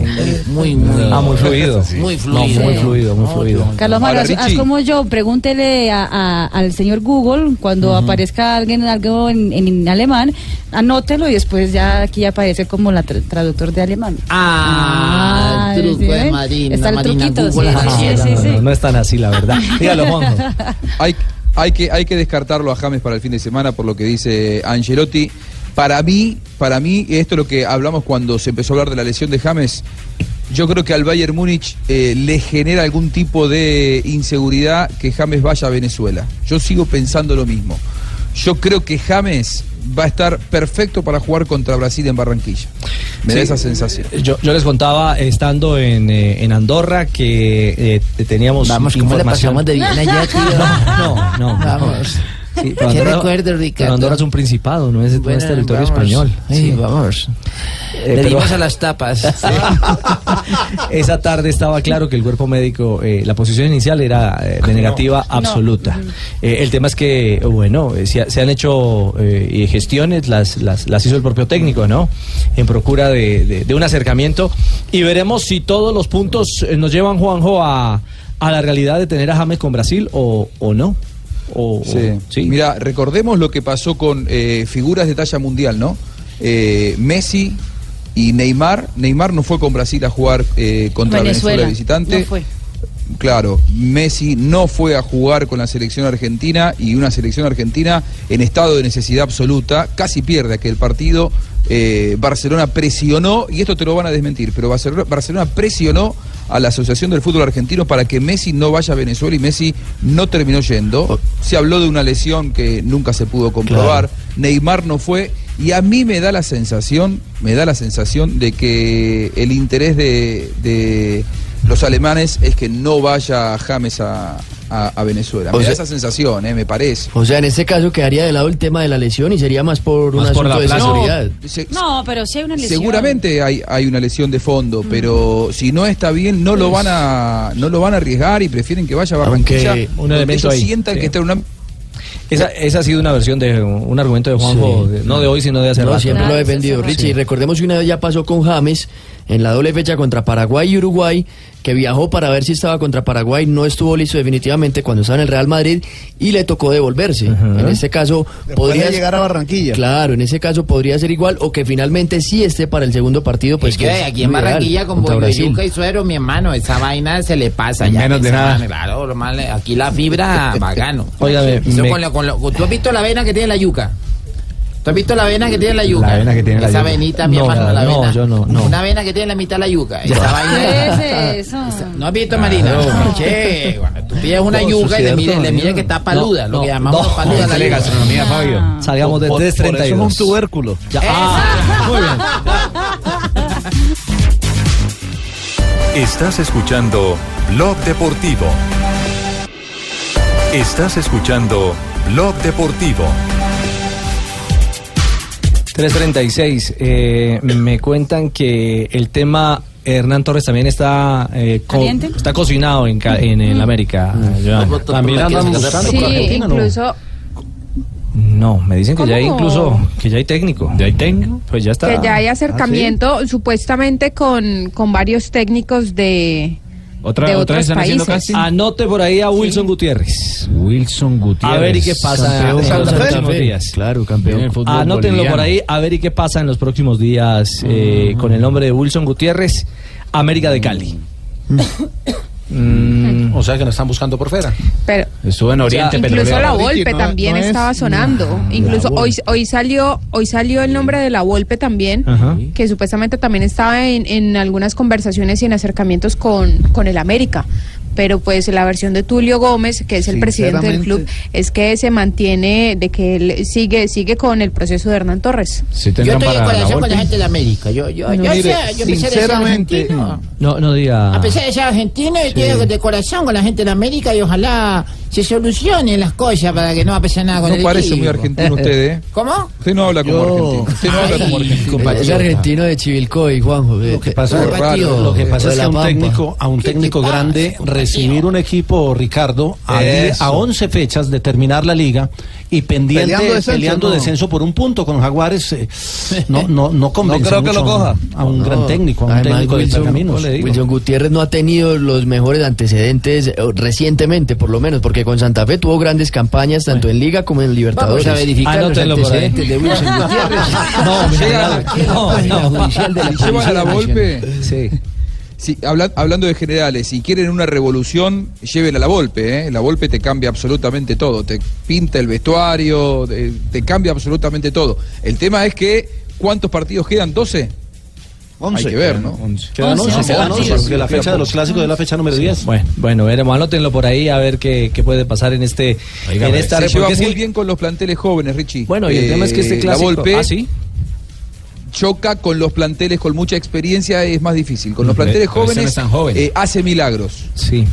Speaker 11: Muy, muy.
Speaker 4: Ah, muy fluido.
Speaker 11: Muy
Speaker 4: No,
Speaker 11: fluido.
Speaker 4: muy fluido, muy fluido.
Speaker 6: Carlos Mario,
Speaker 4: Ahora,
Speaker 6: haz, haz
Speaker 4: Richie.
Speaker 6: como yo, pregúntele a- a- al señor Google cuando aparezca alguien algo en, en alemán, anótelo y después ya aquí aparece como la tra- traductor de alemán.
Speaker 11: Ah,
Speaker 6: el truco de
Speaker 11: Marina,
Speaker 6: Está el
Speaker 11: Marina
Speaker 6: truquito,
Speaker 11: Google,
Speaker 6: sí,
Speaker 11: la
Speaker 6: sí,
Speaker 10: Marina,
Speaker 6: sí,
Speaker 10: no,
Speaker 6: sí.
Speaker 4: No, no es tan así, la verdad. Dígalo, Juanjo.
Speaker 10: Hay, hay, que, hay que descartarlo a James para el fin de semana por lo que dice Angelotti. Para mí, para mí, esto es lo que hablamos cuando se empezó a hablar de la lesión de James. Yo creo que al Bayern Múnich eh, le genera algún tipo de inseguridad que James vaya a Venezuela. Yo sigo pensando lo mismo. Yo creo que James va a estar perfecto para jugar contra Brasil en Barranquilla. Me da
Speaker 4: Sí.
Speaker 10: esa sensación.
Speaker 4: Yo, yo les contaba, estando en, eh, en Andorra, que eh, teníamos
Speaker 11: Vamos, ¿cómo la
Speaker 4: información.
Speaker 11: pasamos de bien allá, tío?
Speaker 4: No, no, no.
Speaker 11: Vamos.
Speaker 4: Sí,
Speaker 11: Qué
Speaker 4: pero Andorra,
Speaker 11: recuerdo, Ricardo.
Speaker 4: pero Andorra es un principado, no es, no es
Speaker 11: Bueno,
Speaker 4: territorio
Speaker 11: vamos.
Speaker 4: español. Eh,
Speaker 11: Sí,
Speaker 4: vamos.
Speaker 11: Le dimos a las tapas.
Speaker 4: Esa tarde estaba claro que el cuerpo médico, eh, la posición inicial era eh, de negativa
Speaker 3: Ah, No. Mm.
Speaker 4: absoluta. Eh, el tema es que, bueno, eh, se, ha- se han hecho eh, gestiones, las, las, las hizo el propio técnico, ¿no? En procura de, de- de un acercamiento. Y veremos si todos los puntos eh, nos llevan, Juanjo, a, a la realidad de tener a James con Brasil o, o no. O, o-
Speaker 10: Sí. Mira, recordemos lo que pasó con eh, figuras de talla mundial, ¿no? Eh, Messi y Neymar. Neymar no fue con Brasil a jugar eh, contra Venezuela,
Speaker 25: Venezuela.
Speaker 10: visitante.
Speaker 25: No fue.
Speaker 10: Claro, Messi no fue a jugar con la selección argentina y una selección argentina en estado de necesidad absoluta, casi pierde aquel partido. Eh, Barcelona presionó, y esto te lo van a desmentir, pero Barcelona, Barcelona presionó a la Asociación del Fútbol Argentino para que Messi no vaya a Venezuela y Messi no terminó yendo. Se habló de una lesión que nunca se pudo comprobar. Neymar no fue y a mí me da la sensación, me da la sensación de que el interés de, de los alemanes es que no vaya James a, a- a Venezuela.
Speaker 8: O
Speaker 10: me
Speaker 8: sea-
Speaker 10: da esa sensación, eh, me parece.
Speaker 8: O sea, en este caso quedaría de lado el tema de la lesión y sería más por un
Speaker 10: Más por la
Speaker 8: asunto de
Speaker 10: plaza.
Speaker 8: seguridad.
Speaker 10: Se-
Speaker 6: No, pero sí hay una lesión. Mm.
Speaker 10: Seguramente hay, hay una lesión de fondo, pero si no está bien, no
Speaker 6: Pues.
Speaker 10: lo van a no lo van a arriesgar y prefieren que vaya a
Speaker 4: Aunque
Speaker 10: Barranquilla.
Speaker 4: un
Speaker 10: donde
Speaker 4: elemento
Speaker 10: ellos
Speaker 4: ahí,
Speaker 10: sientan
Speaker 4: sí.
Speaker 10: que está en una
Speaker 4: Esa, esa ha sido una versión de un argumento de Juanjo,
Speaker 8: Sí.
Speaker 4: de- no de hoy, sino de hace
Speaker 8: No,
Speaker 4: rato.
Speaker 8: siempre lo he defendido, Richie. Y Recordemos que una vez ya pasó con James en la doble fecha contra Paraguay y Uruguay, que viajó para ver si estaba contra Paraguay, no estuvo listo definitivamente cuando estaba en el Real Madrid y le tocó devolverse. En este caso podría
Speaker 18: de llegar a Barranquilla.
Speaker 8: Claro, en ese caso podría ser igual o que finalmente sí esté para el segundo partido, pues
Speaker 11: Pues que
Speaker 8: que es
Speaker 11: aquí en
Speaker 8: lo ideal,
Speaker 11: Barranquilla con
Speaker 8: contra Brasil.
Speaker 11: Boyuca y Suero, mi hermano, esa vaina se le pasa. ya
Speaker 8: Menos de
Speaker 11: esa
Speaker 8: nada.
Speaker 11: vaina, Claro, lo mal- aquí la fibra bacano.
Speaker 4: Óigame,
Speaker 11: Eso
Speaker 4: me-
Speaker 11: con lo- con lo- ¿Tú has visto la vena que tiene la yuca? ¿Tú has visto la vena que tiene la yuca?
Speaker 4: La vena que tiene la
Speaker 11: esa
Speaker 4: yuca.
Speaker 11: venita, mi
Speaker 4: No,
Speaker 11: hermano, la
Speaker 4: no,
Speaker 11: vena.
Speaker 4: yo no, no.
Speaker 11: Una vena que tiene la mitad la yuca.
Speaker 4: No.
Speaker 11: Esa vaina.
Speaker 6: ¿Qué es
Speaker 5: Este,
Speaker 6: eso?
Speaker 11: Ah, ¿No has visto, Marina?
Speaker 4: No.
Speaker 11: Che, bueno, tú pides una
Speaker 4: No,
Speaker 11: yuca y le
Speaker 4: eso es
Speaker 11: mire,
Speaker 4: cierto,
Speaker 11: le mire
Speaker 4: no.
Speaker 11: que está paluda, lo que llamamos
Speaker 4: no.
Speaker 11: paluda. la Ah. yuca.
Speaker 4: Fabio. Salgamos de
Speaker 11: Por- por eso es un
Speaker 4: 332.
Speaker 11: tubérculo.
Speaker 4: Ya, ah, muy bien.
Speaker 1: Estás escuchando Blog Deportivo. Estás escuchando Blog Deportivo.
Speaker 4: 336. eh, me cuentan que el tema Hernán Torres también está eh, co-
Speaker 22: ¿Caliente? Mm.
Speaker 4: está cocinado en, Ah, ca- en, en América. Joan.
Speaker 22: Sí, incluso
Speaker 4: No, me dicen que ya hay
Speaker 22: ¿Cómo?
Speaker 4: incluso, que ya hay técnico. ¿Ya hay técnico? Pues ya está.
Speaker 22: Que ya
Speaker 11: ¿ah,
Speaker 22: hay acercamiento supuestamente con, con varios técnicos de,
Speaker 4: ¿Otra,
Speaker 22: de otros países.
Speaker 4: Anote por ahí a Wilson Gutiérrez. Wilson Gutiérrez. A ver y qué pasa
Speaker 8: Campeón.
Speaker 4: en los
Speaker 8: Santa Fe.
Speaker 4: próximos días.
Speaker 8: Claro, campeón.
Speaker 4: Viene el fútbol Anótenlo por ahí, a ver y qué pasa en los próximos días eh, con el nombre de Wilson Gutiérrez, América de Cali. Mm.
Speaker 17: O sea que nos están buscando por fuera.
Speaker 22: Pero
Speaker 7: Estuvo en
Speaker 21: Ah,
Speaker 7: Oriente
Speaker 22: incluso
Speaker 7: Petrolero.
Speaker 22: la Volpe también estaba sonando. incluso
Speaker 7: La
Speaker 22: hoy hoy salió hoy salió el nombre de la Volpe también,
Speaker 7: Ajá.
Speaker 22: que supuestamente también estaba en, en algunas conversaciones y en acercamientos con, con el América. Pero pues la versión de Tulio Gómez, que es el presidente del club, es que se mantiene de que él sigue sigue con el proceso de Hernán Torres.
Speaker 21: tendrán
Speaker 11: yo estoy en
Speaker 21: para la
Speaker 11: corazón con
Speaker 21: Volpe.
Speaker 11: la gente de América. Yo, yo,
Speaker 21: No,
Speaker 11: yo,
Speaker 21: mire,
Speaker 11: sé, yo pensé de ser
Speaker 21: sinceramente,
Speaker 11: argentino.
Speaker 4: No, no diga.
Speaker 10: Ah.
Speaker 11: A pesar de ser argentino, yo estoy de corazón con la gente de América y ojalá se solucionen las cosas para que no va a pasar nada con
Speaker 10: No
Speaker 11: el
Speaker 10: parece muy
Speaker 11: equipo.
Speaker 10: argentino usted, ¿eh?
Speaker 11: ¿Cómo?
Speaker 10: Usted no habla como argentino. Usted
Speaker 8: Ah,
Speaker 10: no habla como argentino.
Speaker 8: Es argentino de Chivilcoy, Juanjo. Lo que
Speaker 17: pasa- lo que pasa es que a un técnico, a un técnico grande, recibir un equipo, Ricardo, ahí
Speaker 8: Eso.
Speaker 17: a 11 fechas de terminar la liga y pendiente,
Speaker 8: Peleando
Speaker 17: peleando
Speaker 8: descenso,
Speaker 17: descenso,
Speaker 8: no.
Speaker 17: por un punto con Jaguares, eh, no, no, no convence
Speaker 8: creo que
Speaker 17: mucho
Speaker 8: lo coja.
Speaker 17: a un gran
Speaker 8: No,
Speaker 17: técnico, a un
Speaker 8: además,
Speaker 17: técnico de
Speaker 8: Wilson,
Speaker 17: caminos.
Speaker 8: Wilson Gutiérrez no ha tenido los mejores antecedentes eh, recientemente, por lo menos, porque con Santa Fe tuvo grandes campañas tanto en Liga como en Libertadores.
Speaker 11: Vamos a verificar los
Speaker 8: Anótenlo por ahí.
Speaker 11: antecedentes de Wilson Gutiérrez.
Speaker 8: No,
Speaker 10: Llega-
Speaker 11: no, no.
Speaker 10: Llevan a la golpe. Sí, habla- hablando de generales, si quieren una revolución, llévenla a la golpe. La golpe te cambia absolutamente todo. Te pinta el vestuario, te, te cambia absolutamente todo. El tema es que, ¿cuántos partidos quedan? ¿12? Hay que ver, ¿no?
Speaker 17: Quedan
Speaker 10: Once,
Speaker 17: 11, quedan
Speaker 10: once,
Speaker 17: 11,
Speaker 10: once,
Speaker 17: porque la
Speaker 10: queda
Speaker 17: fecha de los
Speaker 10: poco.
Speaker 17: clásicos es la fecha número
Speaker 4: Sí.
Speaker 17: 10.
Speaker 4: Bueno, bueno, veremos, anótenlo por ahí a ver qué, qué puede pasar en este en esta
Speaker 10: pues, se
Speaker 4: porque
Speaker 10: lleva
Speaker 4: es que
Speaker 10: muy bien con los planteles jóvenes, Richie. Eh,
Speaker 4: Bueno, y el tema es que este clásico-
Speaker 10: La Volpe
Speaker 4: ¿Ah, sí?
Speaker 10: choca con los planteles con mucha experiencia, es más difícil. Con los
Speaker 4: Pero-
Speaker 10: planteles
Speaker 4: pero ese no
Speaker 10: jóvenes,
Speaker 4: es tan joven.
Speaker 10: eh, hace milagros.
Speaker 4: Sí.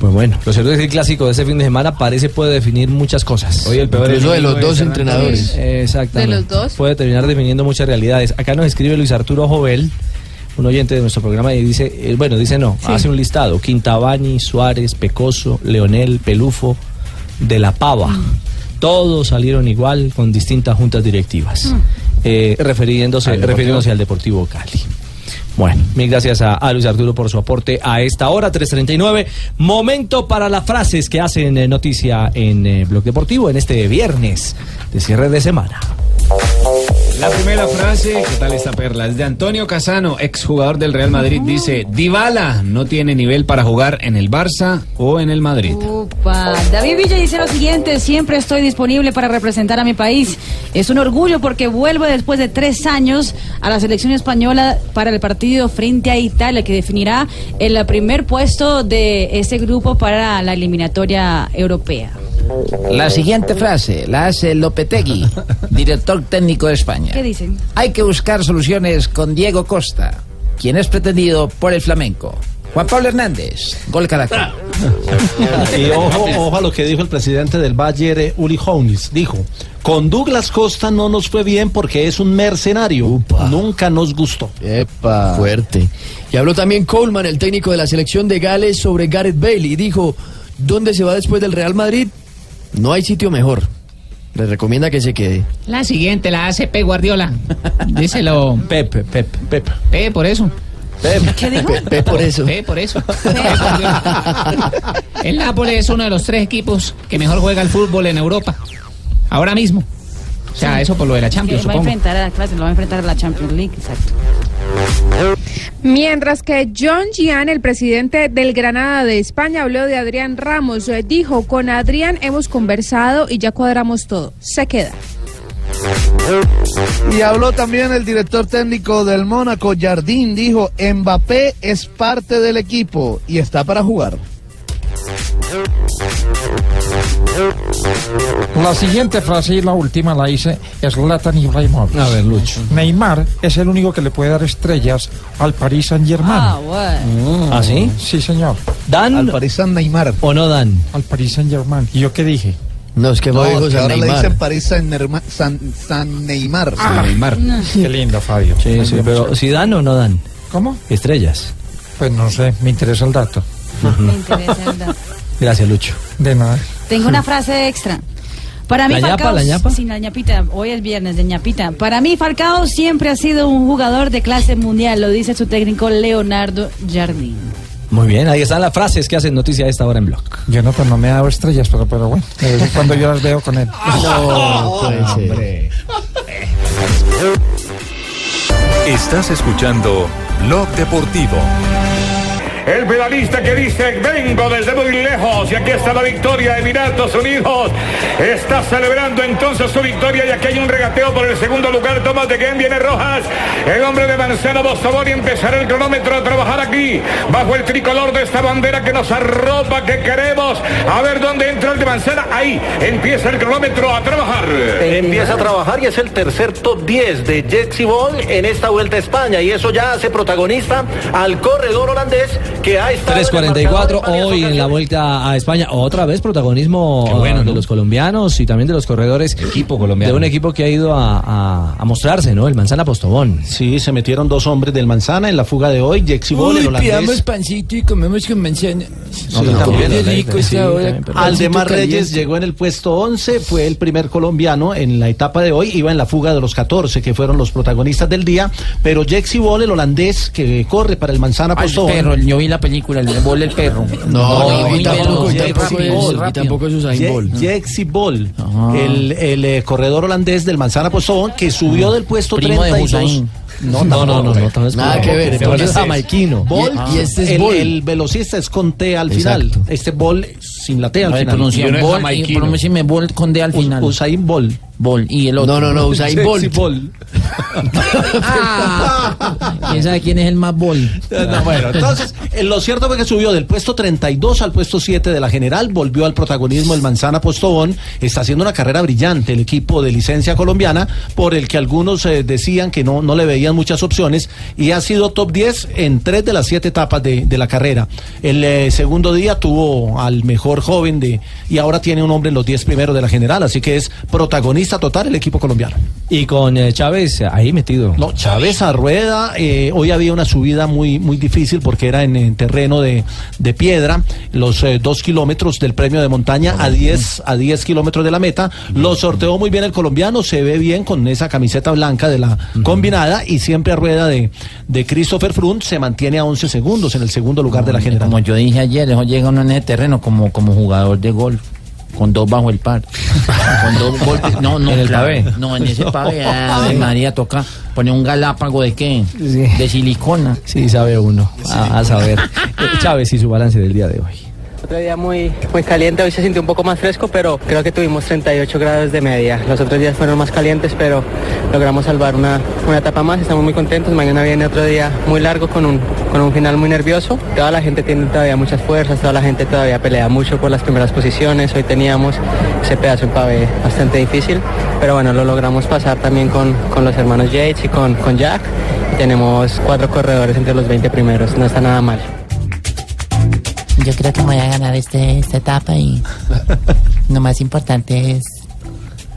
Speaker 4: Pues bueno, lo cierto es que el clásico de este fin de semana parece puede definir muchas cosas.
Speaker 8: Oye, el peor Incluso enemigo de los de dos Hernán entrenadores. Torres.
Speaker 4: Eh, Exactamente.
Speaker 8: De los dos.
Speaker 4: Puede terminar definiendo muchas realidades. Acá nos escribe Luis Arturo Jovel, un oyente de nuestro programa, y dice, eh, bueno, dice no,
Speaker 8: Sí.
Speaker 4: hace un listado. Quintabani, Suárez, Pecoso, Leonel, Pelufo, De La Pava.
Speaker 8: Ah.
Speaker 4: Todos salieron igual con distintas juntas directivas,
Speaker 8: Ah.
Speaker 4: eh, refiriéndose,
Speaker 25: Al Deportivo.
Speaker 4: refiriéndose al Deportivo Cali. Bueno, mil gracias a, a Luis Arturo por su aporte a esta hora, 3.39. Momento para las frases que hacen eh, noticia en eh, Blog Deportivo en este viernes de cierre de semana.
Speaker 7: La primera frase, ¿qué tal esta perla? Es de Antonio Casano, exjugador del Real Madrid. Dice, Dybala no tiene nivel para jugar en el Barça o en el Madrid.
Speaker 6: Upa. David Villa dice lo siguiente, siempre estoy disponible para representar a mi país. Es un orgullo porque vuelvo después de tres años a la selección española para el partido frente a Italia, que definirá el primer puesto de ese grupo para la eliminatoria europea.
Speaker 11: La siguiente frase la hace Lopetegui, director técnico de España.
Speaker 6: ¿Qué dicen?
Speaker 11: Hay que buscar soluciones con Diego Costa, quien es pretendido por el Flamenco. Juan Pablo Hernández, gol Caracol.
Speaker 17: Y ojo, ojo a lo que dijo el presidente del Bayer, eh, Uli Hoeneß. Dijo, con Douglas Costa no nos fue bien porque es un mercenario. Nunca nos gustó.
Speaker 8: Epa. Fuerte. Y habló también Coleman, el técnico de la selección de Gales, sobre Gareth Bale y dijo, ¿dónde se va después del Real Madrid? No hay sitio mejor. Les recomienda que se quede.
Speaker 12: La siguiente la hace Pep Guardiola. Díselo.
Speaker 4: Pep, Pep, Pep.
Speaker 12: Pep, por eso. ¿Qué dijo?
Speaker 8: Pep, por eso.
Speaker 11: Eh,
Speaker 12: Pep, por eso. El Nápoles es uno de los tres equipos que mejor juega el fútbol en Europa. Ahora mismo. O sea, eso por lo de la Champions,
Speaker 6: Sí, va a
Speaker 12: supongo.
Speaker 6: enfrentar a la clase, lo va a enfrentar a la Champions League, exacto.
Speaker 22: Mientras que John Gian, el presidente del Granada de España, habló de Adrián Ramos. Eh, Dijo, con Adrián hemos conversado y ya cuadramos todo. Se queda.
Speaker 18: Y habló también el director técnico del Mónaco, Jardín, dijo, Mbappé es parte del equipo y está para jugar.
Speaker 26: La siguiente frase y la última la hice es Latan Ibrahimovic.
Speaker 4: A ver, Lucho.
Speaker 26: Neymar es el único que le puede dar estrellas al Paris Saint-Germain.
Speaker 6: Ah, bueno.
Speaker 26: Mm.
Speaker 4: ¿Ah, sí?
Speaker 26: Sí, señor.
Speaker 4: ¿Dan? Al
Speaker 26: Paris
Speaker 18: Saint-Neymar.
Speaker 4: ¿O no dan?
Speaker 26: Al Paris Saint-Germain. ¿Y yo qué dije?
Speaker 8: No, es que
Speaker 18: No, que ahora le dicen París San, Nerma- San- San Neymar.
Speaker 19: Ah,
Speaker 26: Neymar. Qué lindo, Fabio.
Speaker 4: Sí, sí, pero si dan o no dan.
Speaker 26: ¿Cómo?
Speaker 4: Estrellas.
Speaker 26: Pues no sé, me interesa el dato.
Speaker 6: Me interesa, ¿verdad?
Speaker 4: Gracias, Lucho.
Speaker 26: De nada.
Speaker 6: Tengo una frase extra. Para mí,
Speaker 4: ¿La ñapa,
Speaker 6: Falcao,
Speaker 4: la ñapa?
Speaker 6: sin la ñapita, hoy es viernes de ñapita. Para mí, Falcao siempre ha sido un jugador de clase mundial, lo dice su técnico Leonardo Jardín.
Speaker 27: Muy bien, ahí están las frases que hacen noticia a esta hora en blog.
Speaker 26: Jonathan no me ha dado estrellas, pero, pero bueno, de vez en cuando yo las veo con él.
Speaker 1: Estás escuchando Blog Deportivo.
Speaker 23: El pedalista que dice, vengo desde muy lejos y aquí está la victoria, Emiratos Unidos. Está celebrando entonces su victoria y aquí hay un regateo por el segundo lugar. Tomás de Guén viene Rojas, el hombre de Manzano Bostobón y empezará el cronómetro a trabajar aquí bajo el tricolor de esta bandera que nos arropa, que queremos. A ver dónde entra el de Manzana. Ahí empieza el cronómetro a trabajar.
Speaker 28: Empieza a trabajar y es el tercer top 10 de Jexy Ball en esta vuelta a España y eso ya hace protagonista al corredor holandés que ha estado en el
Speaker 4: 3.44 hoy en la vuelta a España. Otra vez protagonismo ah, de los colombianos y también de los corredores. Equipo colombiano. De un equipo que ha ido a, a- a mostrarse, ¿no? El Manzana Postobón.
Speaker 17: Sí, se metieron dos hombres del Manzana en la fuga de hoy, Jexy Ball, el
Speaker 5: Uy,
Speaker 17: holandés.
Speaker 5: pidamos pancito y comemos con manzana.
Speaker 17: Sí, también.
Speaker 5: Qué rico
Speaker 17: Sí,
Speaker 5: esta hora.
Speaker 17: también, pero- Aldemar Reyes llegó en el puesto 11, fue el primer colombiano en la etapa de hoy, iba en la fuga de los 14, que fueron los protagonistas del día, pero Jexy Ball, el holandés que corre para el Manzana
Speaker 11: Al
Speaker 17: Postobón.
Speaker 11: perro, yo vi la película, el bol el perro.
Speaker 17: No,
Speaker 11: muy
Speaker 17: y tampoco-
Speaker 11: veloz,
Speaker 17: y tampoco
Speaker 11: muy
Speaker 17: es-
Speaker 11: rápido.
Speaker 17: y tampoco
Speaker 11: Rápido.
Speaker 17: Ye- Jexy Ball, el, el, eh, corredor holandés del Manzana Postobón, que subió del puesto
Speaker 11: Primo de
Speaker 17: 32.
Speaker 11: Hussein.
Speaker 17: No, no, no, no,
Speaker 29: Nada que ver, entonces-
Speaker 17: Ball,
Speaker 29: Y- y este es
Speaker 17: este el,
Speaker 29: Ball.
Speaker 17: el velocista es con T al final. Este Ball sin la T al
Speaker 11: No, y
Speaker 17: final.
Speaker 11: pronuncia bol, y pronuncia bol con D al final.
Speaker 17: Usain Bol.
Speaker 11: Bol, y el otro.
Speaker 17: No, no, no, Usain Jexy Bolt.
Speaker 11: ¿Quién sabe quién es el más bol?
Speaker 17: Ah, No, bueno, entonces, eh, lo cierto fue que subió del puesto 32 al puesto 7 de la general, volvió al protagonismo el Manzana Postobón, está haciendo una carrera brillante el equipo de licencia colombiana, por el que algunos eh, decían que no, no le veían muchas opciones, y ha sido top 10 en tres de las siete etapas de, de la carrera. El eh, segundo día tuvo al mejor joven de, y ahora tiene un hombre en los 10 primeros de la general, así que es protagonista total el equipo colombiano.
Speaker 4: Y con eh, Chávez ahí metido.
Speaker 17: No, Chávez a rueda. eh, hoy había una subida muy, muy difícil porque era en, en terreno de, de piedra. Los eh, dos kilómetros del premio de montaña a 10 a 10 kilómetros de la meta. Lo sorteó muy bien el colombiano. Se ve bien con esa camiseta blanca de la combinada y siempre a rueda de, de Christopher Froome se mantiene a 11 segundos en el segundo lugar de la general.
Speaker 11: Como yo dije ayer, eso llega uno en ese terreno como, como jugador de golf. Con dos bajo el par. Con dos golpes. No, no.
Speaker 8: ¿En el
Speaker 11: claro.
Speaker 8: pavé?
Speaker 11: No, en ese pavé. Ave María toca poner un galápago de qué? De silicona.
Speaker 4: Sí, sabe uno. A, a saber. Eh, Chávez y su balance del día de hoy.
Speaker 30: Otro día muy, muy caliente, hoy se sintió un poco más fresco, pero creo que tuvimos 38 grados de media. Los otros días fueron más calientes, pero logramos salvar una, una etapa más, estamos muy contentos. Mañana viene otro día muy largo con un, con un final muy nervioso. Toda la gente tiene todavía muchas fuerzas, toda la gente todavía pelea mucho por las primeras posiciones. Hoy teníamos ese pedazo en pavé bastante difícil, pero bueno, lo logramos pasar también con, con los hermanos Yates y con, con Jack. Y tenemos cuatro corredores entre los 20 primeros, no está nada mal.
Speaker 19: Yo creo que me voy a ganar este, esta etapa y lo más importante es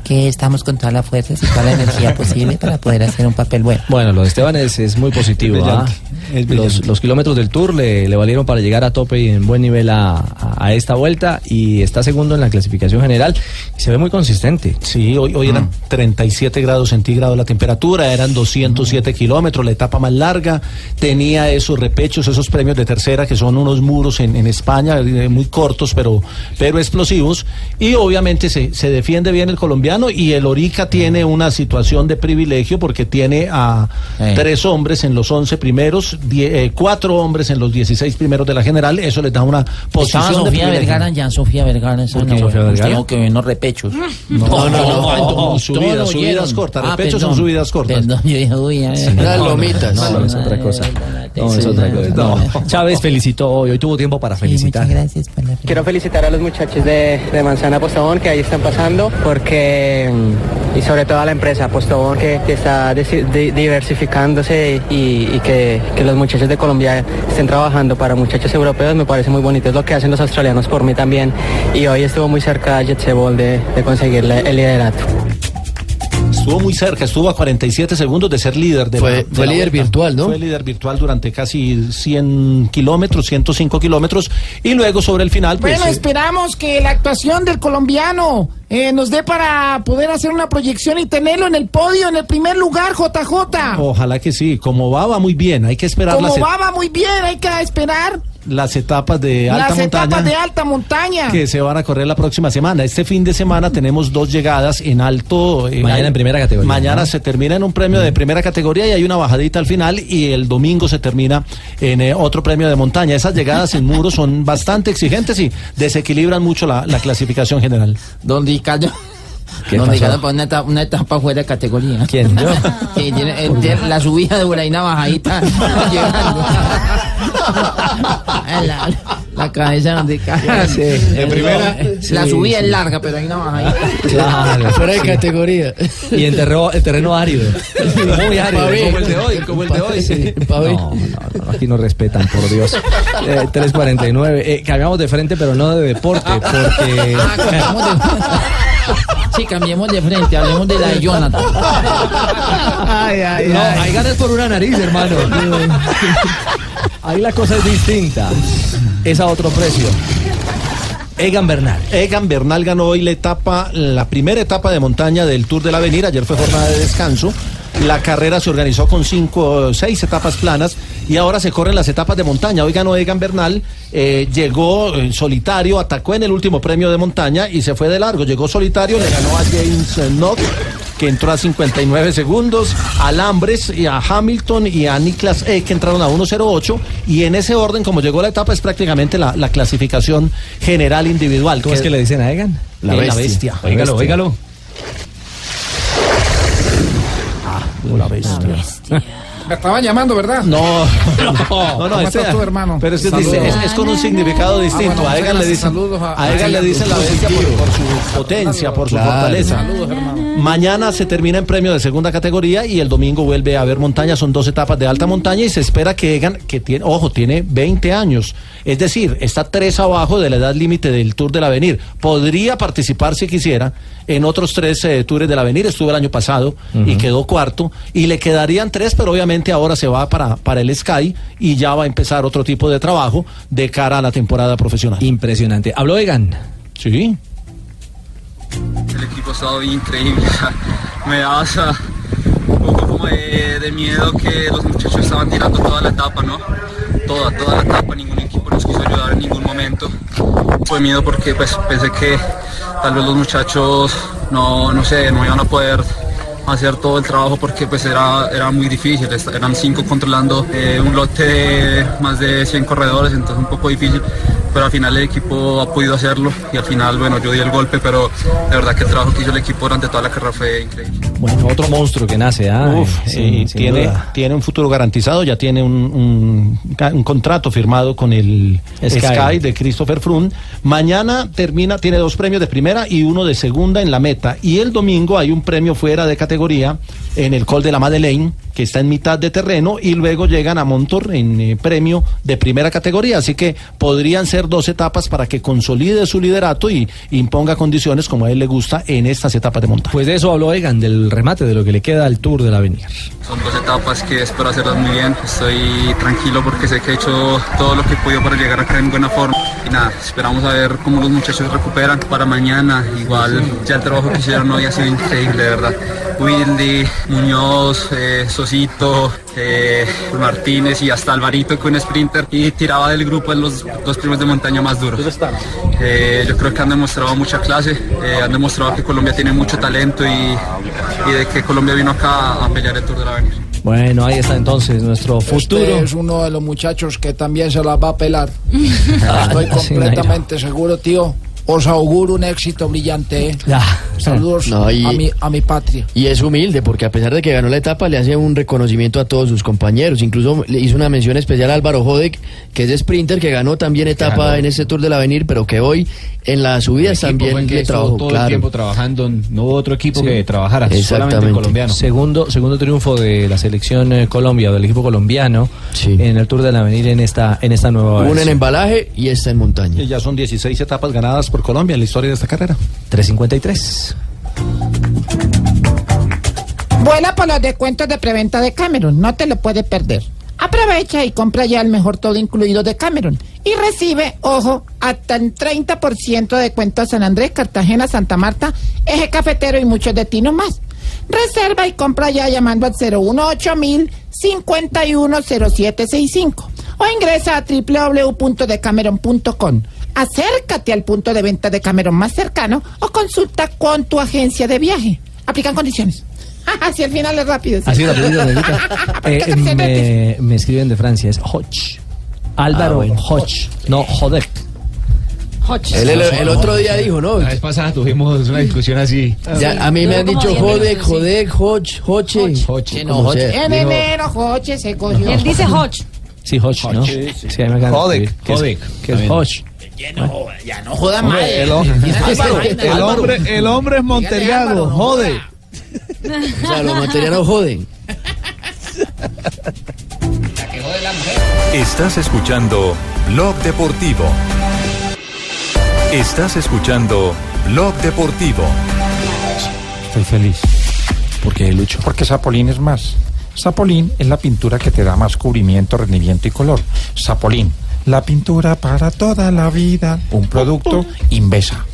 Speaker 19: que estamos con todas las fuerzas y toda la energía posible para poder hacer un papel bueno.
Speaker 4: Bueno, lo de Esteban es, es muy positivo.
Speaker 19: Es brillante,
Speaker 4: ¿ah? los, los kilómetros del Tour le, le valieron para llegar a tope y en buen nivel a, a- a esta vuelta y está segundo en la clasificación general. Y se ve muy consistente. Ah.
Speaker 17: Sí, hoy, hoy
Speaker 11: Mm.
Speaker 17: eran 37 grados centígrados la temperatura, eran
Speaker 11: Mm.
Speaker 17: 207 kilómetros, la etapa más larga, tenía esos repechos, esos premios de tercera, que son unos muros en, en España, eh, muy cortos, pero, pero explosivos, y obviamente se, se defiende bien el colombiano, y el Orica tiene
Speaker 11: Mm.
Speaker 17: una situación de privilegio porque tiene a
Speaker 11: Eh.
Speaker 17: tres hombres en los 11 primeros, die- eh, cuatro hombres en los 16 primeros de la general, eso les da una posición
Speaker 11: Estaba
Speaker 17: de
Speaker 11: Sofía
Speaker 17: privilegio.
Speaker 11: Vergara ya, Sofía Vergara. Esa
Speaker 17: qué
Speaker 11: no,
Speaker 17: Sofía Vergara?
Speaker 11: Tengo que no repechos.
Speaker 17: No, no, no, no, Ah,
Speaker 11: Todos
Speaker 17: subidas,
Speaker 11: oyeron. Ah,
Speaker 17: subidas cortas, repechos son
Speaker 11: perdón,
Speaker 17: subidas cortas.
Speaker 11: Perdón, yo dije, uy, a ver.
Speaker 17: Sí, Las no, no, lomitas. no, no,
Speaker 4: es otra cosa. No, es
Speaker 30: Sí,
Speaker 4: otra cosa.
Speaker 30: no,
Speaker 4: No. Chávez felicitó hoy, hoy tuvo tiempo para felicitar.
Speaker 19: gracias
Speaker 30: Quiero felicitar a los muchachos de, de Manzana Postobón que ahí están pasando porque mm, y sobre todo a la empresa Postobón que, que está desi- di- diversificándose y, y que, que los muchachos de Colombia estén trabajando para muchachos europeos me parece muy bonito es lo que hacen los australianos por mí también y hoy estuvo muy cerca Jetsebol de, de conseguir la- el liderato
Speaker 17: estuvo muy cerca, estuvo a 47 segundos de ser líder. De
Speaker 8: Fue-
Speaker 17: de
Speaker 8: fue líder
Speaker 17: vuelta.
Speaker 8: virtual, ¿no?
Speaker 17: Fue líder virtual durante casi 100 kilómetros, 105 kilómetros. Y luego sobre el final, pues.
Speaker 19: Bueno,
Speaker 17: eh,
Speaker 19: esperamos que la actuación del colombiano eh, nos dé para poder hacer una proyección y tenerlo en el podio, en el primer lugar, JJ.
Speaker 17: Ojalá que sí, como va, va muy bien. Hay que esperar las,
Speaker 19: Como
Speaker 17: et-
Speaker 19: va, va muy bien, hay que esperar
Speaker 17: las etapas de alta
Speaker 19: las
Speaker 17: montaña.
Speaker 19: etapas de alta montaña.
Speaker 17: que se van a correr la próxima semana. Este fin de semana tenemos dos llegadas en alto. eh,
Speaker 4: Mañana en primera categoría,
Speaker 17: Mañana
Speaker 4: ¿no?
Speaker 17: se termina en un premio de primera categoría y hay una bajadita al final y el domingo se termina en eh, otro premio de montaña. Esas llegadas en muros son bastante exigentes y desequilibran mucho la, la clasificación general.
Speaker 11: Don Ricardo.
Speaker 17: ¿Qué
Speaker 11: Don
Speaker 17: pasó?
Speaker 11: Ricardo para pues, una etapa, una etapa fuera de categoría.
Speaker 4: ¿Quién? ¿Yo?
Speaker 11: Sí, tiene- eh, tiene la subida de Uraina bajadita. llegando. Ah, la, la cabeza de Don Ricardo.
Speaker 8: Sí, en primera.
Speaker 11: eh, La
Speaker 8: Sí,
Speaker 11: subida
Speaker 8: sí.
Speaker 11: es larga, pero hay una bajadita.
Speaker 4: Claro,
Speaker 8: Fuera de
Speaker 4: sí.
Speaker 8: categoría.
Speaker 4: Y en terreno, el terreno árido. Muy árido.
Speaker 8: Pavé.
Speaker 4: Como el de hoy, como el de hoy. sí.
Speaker 8: Pavé.
Speaker 4: No, no, no, aquí no respetan, por Dios. Eh, 3.49. Eh, cambiamos de frente, pero no de deporte, porque... Ah,
Speaker 11: Sí, cambiemos de frente, hablemos de la de Jonathan.
Speaker 4: Ay, ay, no, hay ganas por una nariz, hermano. Ahí la cosa es distinta. Es a otro precio.
Speaker 17: Egan Bernal. Egan Bernal ganó hoy la etapa, la primera etapa de montaña del Tour del Avenir. Ayer fue jornada de descanso. La carrera se organizó con cinco, seis etapas planas y ahora se corren las etapas de montaña. Hoy ganó Egan Bernal, eh, llegó en solitario, atacó en el último premio de montaña y se fue de largo. Llegó solitario, le ganó a James eh, Knopf, que entró a 59 segundos, a Lambres y a Hamilton y a Niklas E, que entraron a 1.08. Y en ese orden, como llegó la etapa, es prácticamente la, la clasificación general individual.
Speaker 4: ¿Cómo es que le dicen a Egan?
Speaker 17: La
Speaker 4: Eh,
Speaker 17: bestia. La
Speaker 4: Óigalo,
Speaker 17: bestia.
Speaker 4: óigalo.
Speaker 17: La bestia.
Speaker 19: Me estaban llamando, ¿verdad?
Speaker 17: No, no, no,
Speaker 19: ¿Cómo
Speaker 17: este-
Speaker 19: estás tú, hermano?
Speaker 17: Pero es que
Speaker 19: Saludos. Ah,
Speaker 17: dice- es, es con un significado distinto.
Speaker 19: bueno,
Speaker 17: a Egan le
Speaker 19: muchas
Speaker 17: dicen,
Speaker 19: saludos
Speaker 17: a,
Speaker 19: a-
Speaker 17: Egan le dicen la bestia por, por su potencia, por su
Speaker 19: Claro.
Speaker 17: fortaleza.
Speaker 19: Saludos, hermano.
Speaker 17: Mañana se termina en premio de segunda categoría y el domingo vuelve a haber montaña. Son dos etapas de alta montaña y se espera que Egan, que tiene, ojo, tiene 20 años. Es decir, está tres abajo de la edad límite del Tour del Avenir. Podría participar si quisiera en otros tres eh, Tours del Avenir. Estuvo el año pasado y quedó cuarto. Y le quedarían tres, pero obviamente ahora se va para, para el Sky y ya va a empezar otro tipo de trabajo de cara a la temporada profesional.
Speaker 4: Impresionante. ¿Habló Egan?
Speaker 17: Sí.
Speaker 31: El equipo ha estado increíble. o sea, Me daba o sea, un poco como de, de miedo que los muchachos estaban tirando toda la etapa, ¿no? Toda, toda la etapa. Ningún equipo nos quiso ayudar en ningún momento. Fue miedo porque pues, pensé que tal vez los muchachos no, no sé, no iban a poder hacer todo el trabajo porque pues era, era muy difícil, est- eran cinco controlando eh, un lote de más de 100 corredores, entonces un poco difícil, pero al final el equipo ha podido hacerlo y al final, bueno, yo di el golpe, pero de verdad que el trabajo que hizo el equipo durante toda la carrera fue increíble.
Speaker 4: Bueno, otro monstruo que nace, ¿ah?
Speaker 17: Uf,
Speaker 4: Eh,
Speaker 17: sí,
Speaker 4: sin- sin
Speaker 17: tiene,
Speaker 4: duda.
Speaker 17: tiene un futuro garantizado, ya tiene un, un ca- un contrato firmado con el
Speaker 4: Sky.
Speaker 17: Sky. de Christopher Froome. Mañana termina, tiene dos premios de primera y uno de segunda en la meta. Y el domingo hay un premio fuera de categoría en el Col de la Madeleine, que está en mitad de terreno, y luego llegan a Montor en eh, premio de primera categoría. Así que podrían ser dos etapas para que consolide su liderato y imponga condiciones como a él le gusta en estas etapas de montaña.
Speaker 4: Pues de eso habló Egan, del remate, de lo que le queda al Tour del Avenir.
Speaker 31: Son dos etapas que espero hacerlas muy bien. Estoy tranquilo porque sé que he hecho todo lo que he podido para llegar acá en buena forma. Y nada, esperamos a ver cómo los muchachos recuperan para mañana. Igual ya el trabajo que hicieron hoy ha sido increíble, de verdad. Wildy, Muñoz, eh, Sosito, eh, Martínez y hasta Alvarito que un sprinter y tiraba del grupo en los dos primeros de montaña más duros. Eh, yo creo que han demostrado mucha clase, eh, han demostrado que Colombia tiene mucho talento y, y de que Colombia vino acá a pelear el Tour de la Avenida.
Speaker 4: Bueno, ahí está entonces nuestro futuro.
Speaker 5: Este es uno de los muchachos que también se las va a pelar.
Speaker 2: Ah,
Speaker 5: Estoy
Speaker 4: sí, Nairo.
Speaker 5: completamente seguro, tío. Os auguro un éxito brillante. ¿eh?
Speaker 2: Mm.
Speaker 5: Saludos
Speaker 8: No, y-
Speaker 5: a, mi, a mi patria.
Speaker 8: Y es humilde porque a pesar de que ganó la etapa le hace un reconocimiento a todos sus compañeros. Incluso le hizo una mención especial a Álvaro Jodek, que es sprinter, que ganó también etapa en ese Tour del Avenir, pero que hoy en las subidas
Speaker 7: equipo fue
Speaker 8: también
Speaker 7: el que
Speaker 8: le
Speaker 7: estuvo
Speaker 8: trabajó.
Speaker 7: todo el
Speaker 8: claro.
Speaker 7: tiempo trabajando, no hubo otro equipo
Speaker 8: Sí.
Speaker 7: que trabajara, solamente
Speaker 8: Exactamente.
Speaker 7: el colombiano.
Speaker 4: Segundo, segundo triunfo de la selección eh, Colombia, del equipo colombiano, en el Tour del Avenir en esta, en esta nueva
Speaker 8: Una en
Speaker 4: versión.
Speaker 8: embalaje y esta en montaña.
Speaker 17: Y ya son 16 etapas ganadas por Colombia en la historia de esta carrera.
Speaker 4: 353.
Speaker 19: Vuela por los descuentos de preventa de Cameron, no te lo puedes perder. Aprovecha y compra ya el mejor todo incluido de Cameron y recibe, ojo, hasta el 30% de descuento a San Andrés, Cartagena, Santa Marta, Eje Cafetero y muchos destinos más. Reserva y compra ya llamando al 018-510765 o ingresa a www.decameron.com. Acércate al punto de venta de Cameron más cercano o consulta con tu agencia de viaje. Aplican condiciones. Así al final es rápido. sí.
Speaker 4: Así rapidito, Negrita. Eh,
Speaker 19: Aplica tercer vértice.
Speaker 4: me, me escriben de Francia, es Hodge. Álvaro
Speaker 8: Ah,
Speaker 4: Hodge. No, Jodek.
Speaker 8: Él el, el otro día dijo, ¿no?
Speaker 7: La vez pasada tuvimos una discusión así.
Speaker 8: Ya, a mí me han dicho jodec, jodec, hoch, hoche. Hoche,
Speaker 19: No, Joche. En enero, Joche se cogió.
Speaker 6: Y él dice Hodge.
Speaker 4: Sí, Hodge, ¿no? Sí, ahí me acaban de
Speaker 17: Jodek,
Speaker 4: escribir, que
Speaker 17: Jodek,
Speaker 4: es- Que es
Speaker 17: también.
Speaker 4: Hodge.
Speaker 19: Ya no joda más.
Speaker 17: Hombre, el, hom- el hombre, el hombre es Monteriano, jode.
Speaker 8: O sea, Eh, los materianos joden.
Speaker 1: Estás escuchando Blog Deportivo. Estás escuchando Blog Deportivo.
Speaker 26: Estoy feliz. ¿Por qué, Lucho? Porque Sapolín es más. Sapolín es la pintura que te da más cubrimiento, rendimiento y color. Sapolín, la pintura para toda la vida. Un producto Invesa.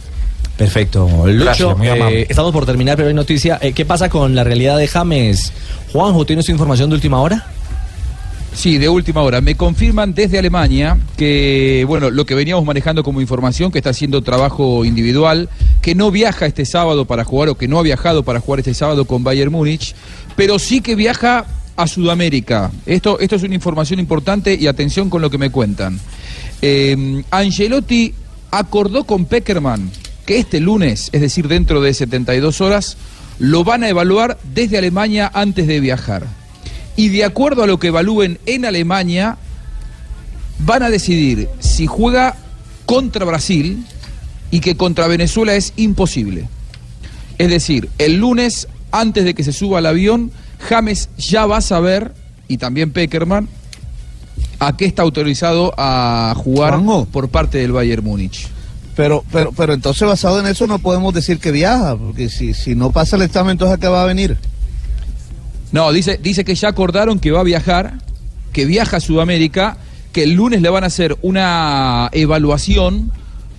Speaker 4: Perfecto. Lucho,
Speaker 26: Gracias, muy
Speaker 4: eh,
Speaker 26: amable.
Speaker 4: estamos por terminar, pero hay noticia. Eh, ¿Qué pasa con la realidad de James? Juanjo, ¿tienes tu información de última hora?
Speaker 10: Sí, de última hora. Me confirman desde Alemania que, bueno, lo que veníamos manejando como información, que está haciendo trabajo individual, que no viaja este sábado para jugar o que no ha viajado para jugar este sábado con Bayern Múnich, pero sí que viaja a Sudamérica. Esto, esto es una información importante y atención con lo que me cuentan. Eh, Angelotti acordó con Peckerman que este lunes, es decir, dentro de 72 horas, lo van a evaluar desde Alemania antes de viajar y de acuerdo a lo que evalúen en Alemania, van a decidir si juega contra Brasil y que contra Venezuela es imposible. Es decir, el lunes, antes de que se suba al avión, James ya va a saber, y también Peckerman, a qué está autorizado a jugar por parte del Bayern Múnich.
Speaker 18: Pero, pero, pero entonces basado en eso no podemos decir que viaja, porque si, si no pasa el examen, entonces acá va a venir.
Speaker 10: No, dice, dice que ya acordaron que va a viajar, que viaja a Sudamérica, que el lunes le van a hacer una evaluación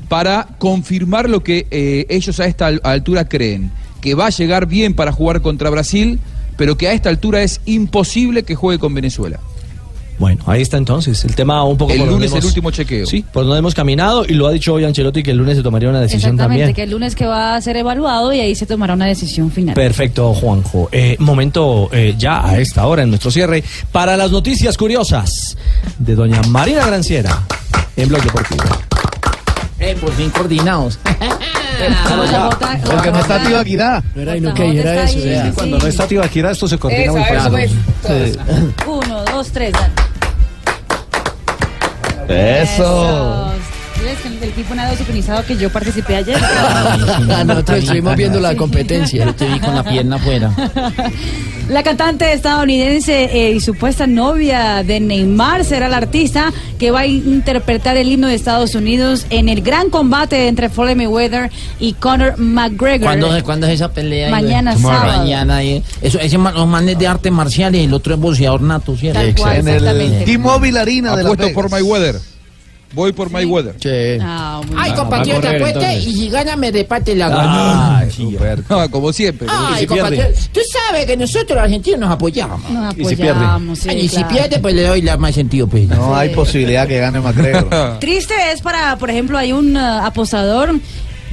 Speaker 10: para confirmar lo que eh, ellos a esta al- altura creen, que va a llegar bien para jugar contra Brasil, pero que a esta altura es imposible que juegue con Venezuela.
Speaker 4: Bueno, ahí está entonces. El tema un poco
Speaker 10: El
Speaker 4: por donde
Speaker 10: lunes el
Speaker 4: hemos-
Speaker 10: último chequeo.
Speaker 4: Sí, por donde hemos caminado y lo ha dicho hoy Ancelotti que el lunes se tomaría una decisión
Speaker 6: Exactamente,
Speaker 4: también.
Speaker 6: que el lunes que va a ser evaluado y ahí se tomará una decisión final.
Speaker 4: Perfecto, Juanjo. Eh, momento eh, ya a esta hora en nuestro cierre para las noticias curiosas de doña Marina Granciera en Blog Deportivo.
Speaker 32: Eh, por fin coordinados.
Speaker 8: Porque no está
Speaker 11: Ah,
Speaker 8: tío Aguirá. No era y no que dijera eso.
Speaker 17: Sí, Cuando no está Tibaquira, esto
Speaker 4: Ah,
Speaker 17: se coordina
Speaker 6: Eso,
Speaker 17: muy
Speaker 6: eso,
Speaker 17: fácil.
Speaker 6: pues,
Speaker 17: Sí.
Speaker 6: Uno, dos, tres. dale.
Speaker 8: Eso.
Speaker 6: ¿Crees que el equipo nada desorganizado que yo participé ayer?
Speaker 8: Nosotros Ah, estuvimos viendo la competencia. Yo te vi con la pierna afuera.
Speaker 6: La cantante estadounidense eh, y supuesta novia de Neymar será la artista que va a interpretar el himno de Estados Unidos en el gran combate entre Floyd Mayweather y Conor McGregor.
Speaker 11: ¿Cuándo, cuándo es esa pelea? ahí, güey?
Speaker 6: Mañana Tomorrow. sábado.
Speaker 11: Mañana, eh. Eso, ese man, los manes de artes marciales, el otro es boxeador nato, ¿cierto?
Speaker 10: Tal cual, En el exactamente.
Speaker 18: T-Mobile
Speaker 10: Arena
Speaker 11: de Las
Speaker 10: Apuesto
Speaker 11: Vegas.
Speaker 10: por Mayweather. Voy por Mayweather.
Speaker 19: Ah. Ay,
Speaker 10: Va- va a
Speaker 19: compatriota,
Speaker 10: correr,
Speaker 19: apueste
Speaker 10: entonces.
Speaker 19: y si gana me despate la gana.
Speaker 10: Ah, super. No, como siempre.
Speaker 19: Ay, compatriota, tú sabes que nosotros los argentinos nos apoyamos. Nos
Speaker 10: Y si pierde. apoyamos,
Speaker 19: Y
Speaker 6: Pues
Speaker 11: Ah,
Speaker 6: sí,
Speaker 19: si
Speaker 6: claro.
Speaker 19: pierde, pues le doy la más sentido. Pues.
Speaker 18: No hay posibilidad que gane Macreo.
Speaker 6: Triste es para, por ejemplo, hay un eh, apostador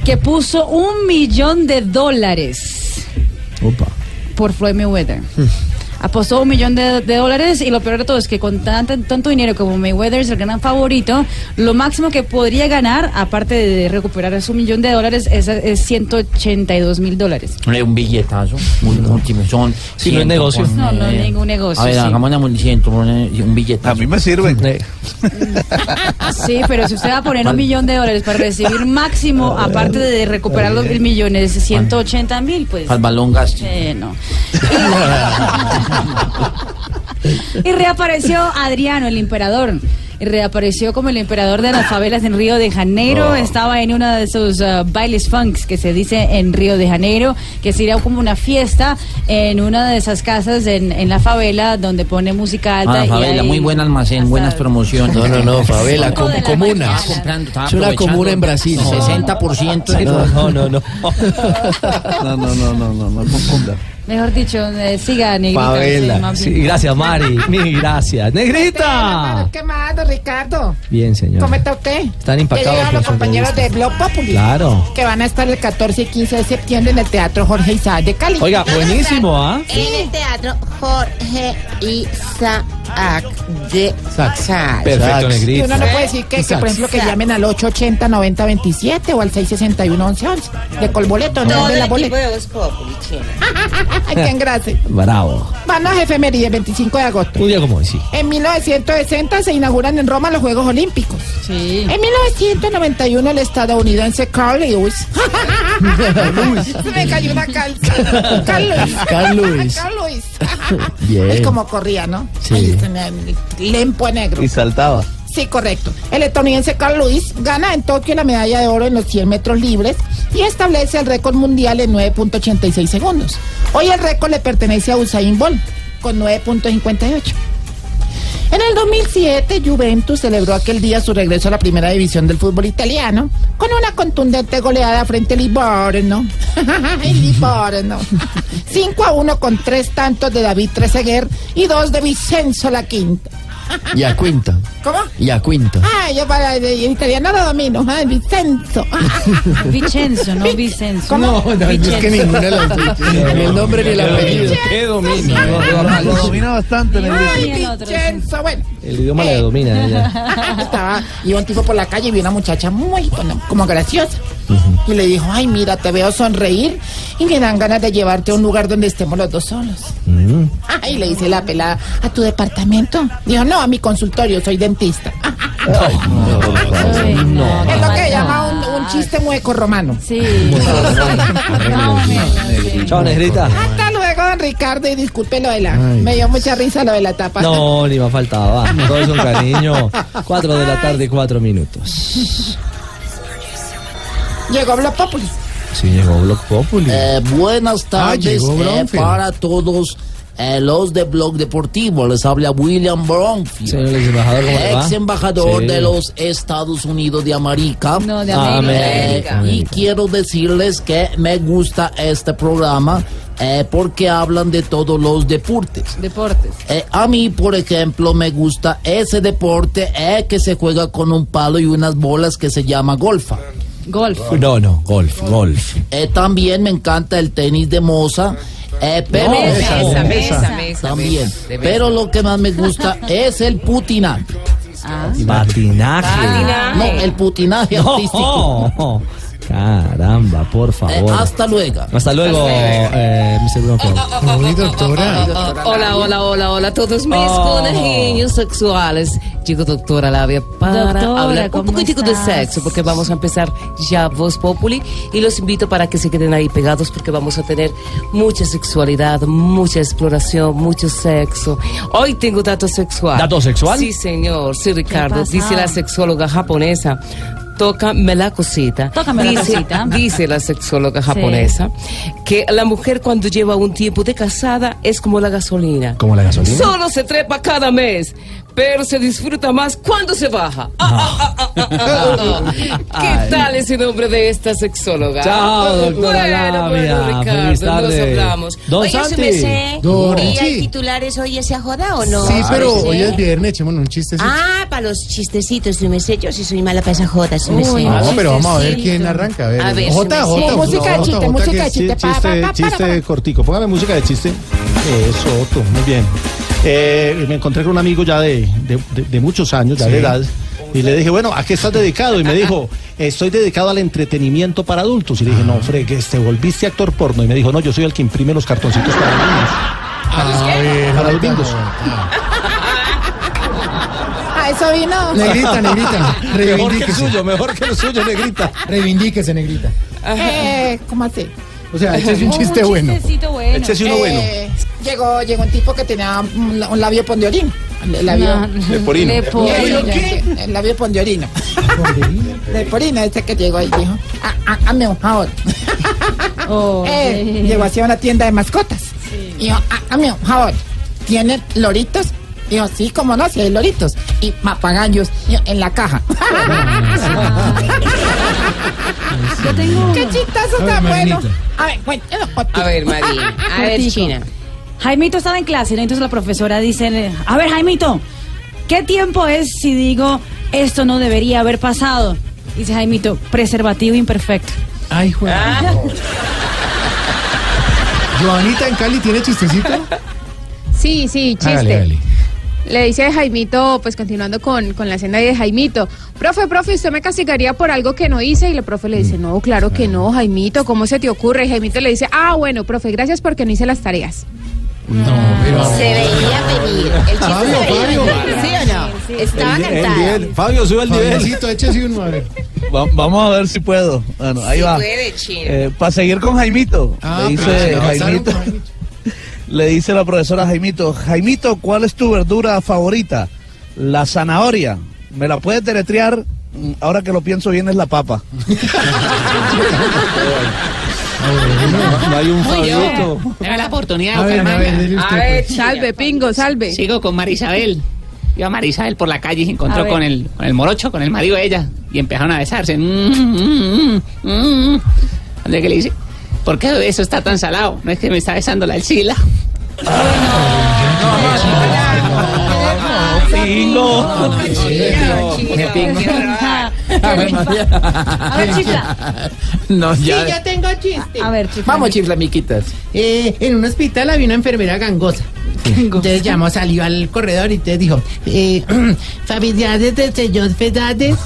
Speaker 6: que puso un millón de dólares por Floyd Mayweather. Apostó un millón de, de dólares y lo peor de todo es que con tanto, tanto dinero como Mayweather es el gran favorito, lo máximo que podría ganar, aparte de recuperar su millón de dólares, es, es 182 mil dólares.
Speaker 11: Hombre, Un billetazo, un último son.
Speaker 6: Sí, no es negocio. No, no es ningún negocio,
Speaker 11: A ver,
Speaker 6: sí.
Speaker 11: hagamos una muliciento, un billetazo. A mí
Speaker 18: me sirven.
Speaker 6: Sí, pero si usted va a poner un millón de dólares para recibir máximo, aparte de recuperar los mil millones, 180 mil, pues...
Speaker 11: Al balón gasto.
Speaker 6: Eh, no. Y reapareció Adriano, el emperador. reapareció como el emperador de las favelas en Río de Janeiro.
Speaker 33: Oh.
Speaker 6: Estaba en uno de esos ah, bailes funks que se dice en Río de Janeiro, que sería como una fiesta en una de esas casas en, en la favela donde pone música alta.
Speaker 11: Ah,
Speaker 6: y
Speaker 11: favela,
Speaker 6: ahí-
Speaker 11: muy buen almacén, buenas promociones.
Speaker 8: No, no, no, favela,
Speaker 11: Cinco
Speaker 8: com-
Speaker 11: de la
Speaker 8: comunas.
Speaker 11: mañana. Estaba comprando, estaba
Speaker 8: Es una
Speaker 11: aprovechando
Speaker 8: comuna en Brasil.
Speaker 11: el 60%. de-
Speaker 8: No,
Speaker 4: no, no.
Speaker 18: No, no, no, no, no, no confunda.
Speaker 6: Mejor dicho, eh, siga, negrita. sí, más
Speaker 4: Sí,
Speaker 6: bien.
Speaker 4: gracias, Mari. Mil gracias. ¡Negrita!
Speaker 19: ¿Qué más, don Ricardo?
Speaker 4: Bien, señor.
Speaker 19: ¿Cómo está usted?
Speaker 4: Están impactados
Speaker 19: Ya llegaron los
Speaker 4: por su
Speaker 19: compañeros de
Speaker 4: entrevista.
Speaker 19: Blog Populi.
Speaker 4: Claro.
Speaker 19: Que van a estar el 14 y 15 de septiembre en el Teatro Jorge Isaac de Cali.
Speaker 4: Oiga, buenísimo, ¿ah?
Speaker 19: En el Teatro Jorge Isaac de Cali.
Speaker 4: Perfecto, negrita.
Speaker 19: Y uno no puede decir que, que, por ejemplo, que llamen al 880-9027 o al 661-1111 de Colboleto, no de la boleta. Ay, qué engrase.
Speaker 4: Bravo.
Speaker 19: Vanos efemerías, 25 de agosto.
Speaker 4: Un día como hoy, sí.
Speaker 19: En 1960 se inauguran en Roma los Juegos Olímpicos. En 1991 el estadounidense Carl Lewis. se me cayó una calza. Carl Lewis.
Speaker 8: Carl Lewis.
Speaker 19: Carl Lewis.
Speaker 8: Bien.
Speaker 19: Es como corría, ¿no?
Speaker 8: Sí.
Speaker 19: Ay, se me- Lempo negro.
Speaker 18: Y saltaba.
Speaker 19: Sí, correcto. El estadounidense Carl Lewis gana en Tokio la medalla de oro en los 100 metros libres y establece el récord mundial en 9.86 segundos. Hoy el récord le pertenece a Usain Bolt con 9.58. En el 2007, Juventus celebró aquel día su regreso a la primera división del fútbol italiano con una contundente goleada frente al Livorno. Ay, Livorno. 5 a 1 con tres tantos de David Trezeguer y dos de Vicenzo La Quinta.
Speaker 8: Y a Quinta.
Speaker 19: ¿Cómo?
Speaker 8: Y a Quinta.
Speaker 19: Ah, yo para el italiano lo domino, ah, Vicenzo.
Speaker 6: Vicenzo, no Vicenzo.
Speaker 19: ¿Cómo? No, no,
Speaker 8: es que ninguna de las dos. Ni el nombre ni el apellido.
Speaker 4: ¿Qué dominio?
Speaker 18: Lo domina bastante,
Speaker 19: Ay,
Speaker 18: negrita.
Speaker 19: Vicenzo, bueno. Eh,
Speaker 4: El idioma la domina. ¿eh? ella.
Speaker 19: Estaba, iba un tipo por la calle y vi una muchacha muy bueno, como graciosa. Y le dijo, ay, mira, te veo sonreír y me dan ganas de llevarte a un lugar donde estemos los dos solos. Ay, le dice la pelada, ¿a tu departamento? Dijo, no, a mi consultorio, soy dentista. es lo que llama un, un chiste mueco romano.
Speaker 6: Sí.
Speaker 4: Chao, negrita.
Speaker 19: Hasta luego, don Ricardo, y disculpe lo de la... me dio mucha risa lo de la tapa.
Speaker 4: No, ni me faltaba. Todo es un cariño. Cuatro de la tarde, cuatro minutos.
Speaker 19: Llegó Blog Populi.
Speaker 4: Sí, llegó Blog Populi. Ah,
Speaker 11: Eh, buenas tardes
Speaker 4: llegó
Speaker 11: eh,
Speaker 4: Bronfield.
Speaker 11: para todos eh, los de Blog Deportivo. Les habla William Bronfield,
Speaker 4: Señor ex embajador, ¿cómo le va?
Speaker 11: ex embajador
Speaker 4: Sí.
Speaker 11: de los Estados Unidos de América. Eh,
Speaker 6: No, de
Speaker 4: Ah, América. América.
Speaker 11: Y quiero decirles que me gusta este programa eh, porque hablan de todos los deportes.
Speaker 6: Deportes.
Speaker 11: Eh, a mí, por ejemplo, me gusta ese deporte eh, que se juega con un palo y unas bolas que se llama golfa.
Speaker 6: Golf.
Speaker 4: No, no, golf, golf.
Speaker 11: Eh, también me encanta el tenis de moza. eh, pero
Speaker 4: mesa,
Speaker 11: Oh,
Speaker 4: mesa, mesa,
Speaker 11: también. Pero lo que más me gusta es el putinaje.
Speaker 4: Patinaje.
Speaker 11: No, el putinaje artístico.
Speaker 4: No. Caramba, por
Speaker 11: Eh,
Speaker 4: favor.
Speaker 11: hasta luego.
Speaker 4: Hasta luego, eh, Mr. Bronco.
Speaker 16: Uy, doctora. Hola, hola, hola, hola a todos mis
Speaker 4: Oh.
Speaker 16: conejillos sexuales. Llegó doctora Labia para
Speaker 6: Doctora,
Speaker 16: hablar un
Speaker 6: ¿cómo
Speaker 16: poquitico
Speaker 6: estás?
Speaker 16: de sexo, porque vamos a empezar ya Voz Populi y los invito para que se queden ahí pegados porque vamos a tener mucha sexualidad, mucha exploración, mucho sexo. Hoy tengo dato sexual.
Speaker 4: ¿Dato sexual?
Speaker 16: Sí, señor, sí, Ricardo.
Speaker 6: pasa?
Speaker 16: Dice la sexóloga japonesa. Tócame la cosita.
Speaker 6: Tócame la
Speaker 16: dice,
Speaker 6: cosita.
Speaker 16: Dice la sexóloga
Speaker 6: Sí.
Speaker 16: japonesa que la mujer cuando lleva un tiempo de casada es como la gasolina.
Speaker 4: ¿Como la gasolina?
Speaker 16: Solo se trepa cada mes, pero se disfruta más cuando se baja. Ah, ah, ah, ah, ah, ah, ah. ¿Qué
Speaker 4: Ay.
Speaker 16: tal ese nombre de esta sexóloga?
Speaker 4: Chao, doctora Labia.
Speaker 16: Bueno, bueno,
Speaker 4: Feliz
Speaker 16: Ricardo, nos
Speaker 4: tarde.
Speaker 16: hablamos.
Speaker 4: Don
Speaker 16: Oye,
Speaker 4: Santi.
Speaker 16: su merced,
Speaker 4: Don
Speaker 16: ¿y hay
Speaker 4: Santi.
Speaker 16: titulares hoy esa joda o
Speaker 15: Sí, pero
Speaker 16: Parece.
Speaker 15: hoy es viernes, echémonos un chistecito.
Speaker 16: Ah, para los chistecitos, su merced, yo sí soy mala para esas jodas, su merced.
Speaker 15: no, pero vamos a ver quién arranca. A ver,
Speaker 16: A ver, sí,
Speaker 15: Jota, Jota,
Speaker 16: sí.
Speaker 15: Jota,
Speaker 16: Música de
Speaker 15: Jota,
Speaker 16: chiste,
Speaker 15: Jota,
Speaker 16: música
Speaker 15: que
Speaker 16: de
Speaker 15: es-
Speaker 16: chiste,
Speaker 15: sí,
Speaker 16: pa, pa,
Speaker 15: chiste,
Speaker 16: pa, pa,
Speaker 15: chiste.
Speaker 17: chiste cortico. Póngale música de chiste. Eso, Otto, muy bien. Eh, me encontré con un amigo ya de, de- de- de muchos años, ya
Speaker 15: Sí.
Speaker 17: de edad, y le dije, bueno, ¿a qué estás dedicado? Y me dijo, estoy dedicado al entretenimiento para adultos. Y le dije, no,
Speaker 16: Ah.
Speaker 17: fregues, te volviste actor porno. Y me dijo, no, yo soy el que imprime los cartoncitos para niños.
Speaker 15: A ver,
Speaker 17: Para eh, los
Speaker 15: Jota,
Speaker 17: bingos.
Speaker 19: A eso vino.
Speaker 15: Negrita, negrita,
Speaker 4: Mejor que el
Speaker 15: reivindíquese.
Speaker 4: suyo, mejor que el suyo, negrita.
Speaker 15: Reivindíquese, negrita.
Speaker 19: Eh, ¿Cómo así?
Speaker 15: O sea, échese un
Speaker 19: Oh,
Speaker 15: chiste bueno.
Speaker 19: chistecito
Speaker 15: Échese uno bueno.
Speaker 19: Eh, llegó, llegó un tipo que tenía un, un labio pondiolín. La vio.
Speaker 6: No, Leporino. Leporino.
Speaker 19: La vio Pondiorino. Leporino, ese que llegó y dijo, "Ah, ah, hazme un favor.
Speaker 6: Oh,
Speaker 19: Eh, Llegó hacia una tienda de mascotas. Y yo, "Ah, hazme un favor. ¿Tienen loritos? Y yo, sí, como no, si hay loritos. Y papagayos Y yo, en la caja.
Speaker 6: Yo tengo
Speaker 19: ¡Qué chistazo
Speaker 6: A ver,
Speaker 19: tan bueno!
Speaker 6: Marinita.
Speaker 19: A ver, cuéntanos otro.
Speaker 34: A ver, María. A ver,
Speaker 6: Cortico.
Speaker 34: China.
Speaker 6: Jaimito estaba en clase, ¿no? entonces la profesora dice, a ver Jaimito, ¿qué tiempo es si digo esto no debería haber pasado? Dice Jaimito, preservativo imperfecto.
Speaker 2: Ay, juega. Joanita en Cali tiene chistecito.
Speaker 22: Sí, sí, chiste.
Speaker 2: Hágale, hágale.
Speaker 22: Le dice Jaimito, pues continuando con, con la escena de Jaimito, profe, profe, usted me castigaría por algo que no hice. Y la profe le
Speaker 2: Mm.
Speaker 22: dice, no, claro que no,
Speaker 2: Ah.
Speaker 22: Jaimito, ¿cómo se te ocurre? Y Jaimito le dice, ah, bueno, profe, gracias porque no hice las tareas.
Speaker 16: Se veía venir. El chiste
Speaker 2: Fabio,
Speaker 16: se veía
Speaker 2: Fabio.
Speaker 16: venir, ¿sí o no? Estaba
Speaker 2: El- el
Speaker 16: cantada.
Speaker 2: nivel. Fabio, sube el nivel. échese uno, a ver.
Speaker 18: Va- vamos a ver si puedo. Bueno, ahí
Speaker 16: Si
Speaker 18: va. Eh,
Speaker 16: puede, chino.
Speaker 18: Para seguir con Jaimito.
Speaker 16: Ah,
Speaker 18: le
Speaker 16: pero
Speaker 18: dice
Speaker 16: si no,
Speaker 18: Jaimito. Le dice la profesora a Jaimito, Jaimito, ¿cuál es tu verdura favorita? La zanahoria. ¿Me la puedes deletrear? Mm, Ahora que lo pienso bien es la papa.
Speaker 11: No hay un
Speaker 22: Muy bien.
Speaker 11: Fabioto.
Speaker 22: Era la oportunidad,
Speaker 11: A ver, a ver, dele usted, pues.
Speaker 22: salve, pingo, salve. Sigo con Marisabel.
Speaker 12: Iba Marisabel por la calle y se encontró
Speaker 22: A ver.
Speaker 12: con el, con el morocho, con el marido de ella. Y empezaron a besarse. Mm, mm, mm, mm, mm. André que le dice, ¿por qué eso está tan salado? No es que me está besando la axila.
Speaker 11: Pingo.
Speaker 22: A ver,
Speaker 6: chifla.
Speaker 14: No, ya.
Speaker 22: Sí, yo tengo chiste.
Speaker 6: A ver, chifla.
Speaker 14: Vamos, chiflamiquitas.
Speaker 22: Eh, en un hospital había una enfermera gangosa. Entonces llamó, salió al corredor y te dijo, eh, familiares del señor Fedades,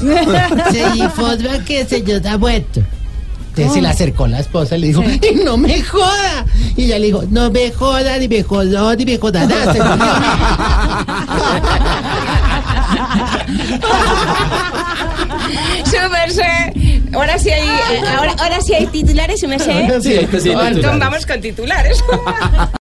Speaker 22: se informa que el señor ha muerto. Entonces se le acercó la esposa y le dijo, "Eh, no me joda. Y ella le dijo, no me joda, ni me jodó, ni me joda nada. se murió".
Speaker 16: Su merced. Ahora sí hay, eh, ahora, ahora sí hay titulares, su merced.
Speaker 12: Ahora sí hay titulares.
Speaker 16: Entonces, vamos con titulares.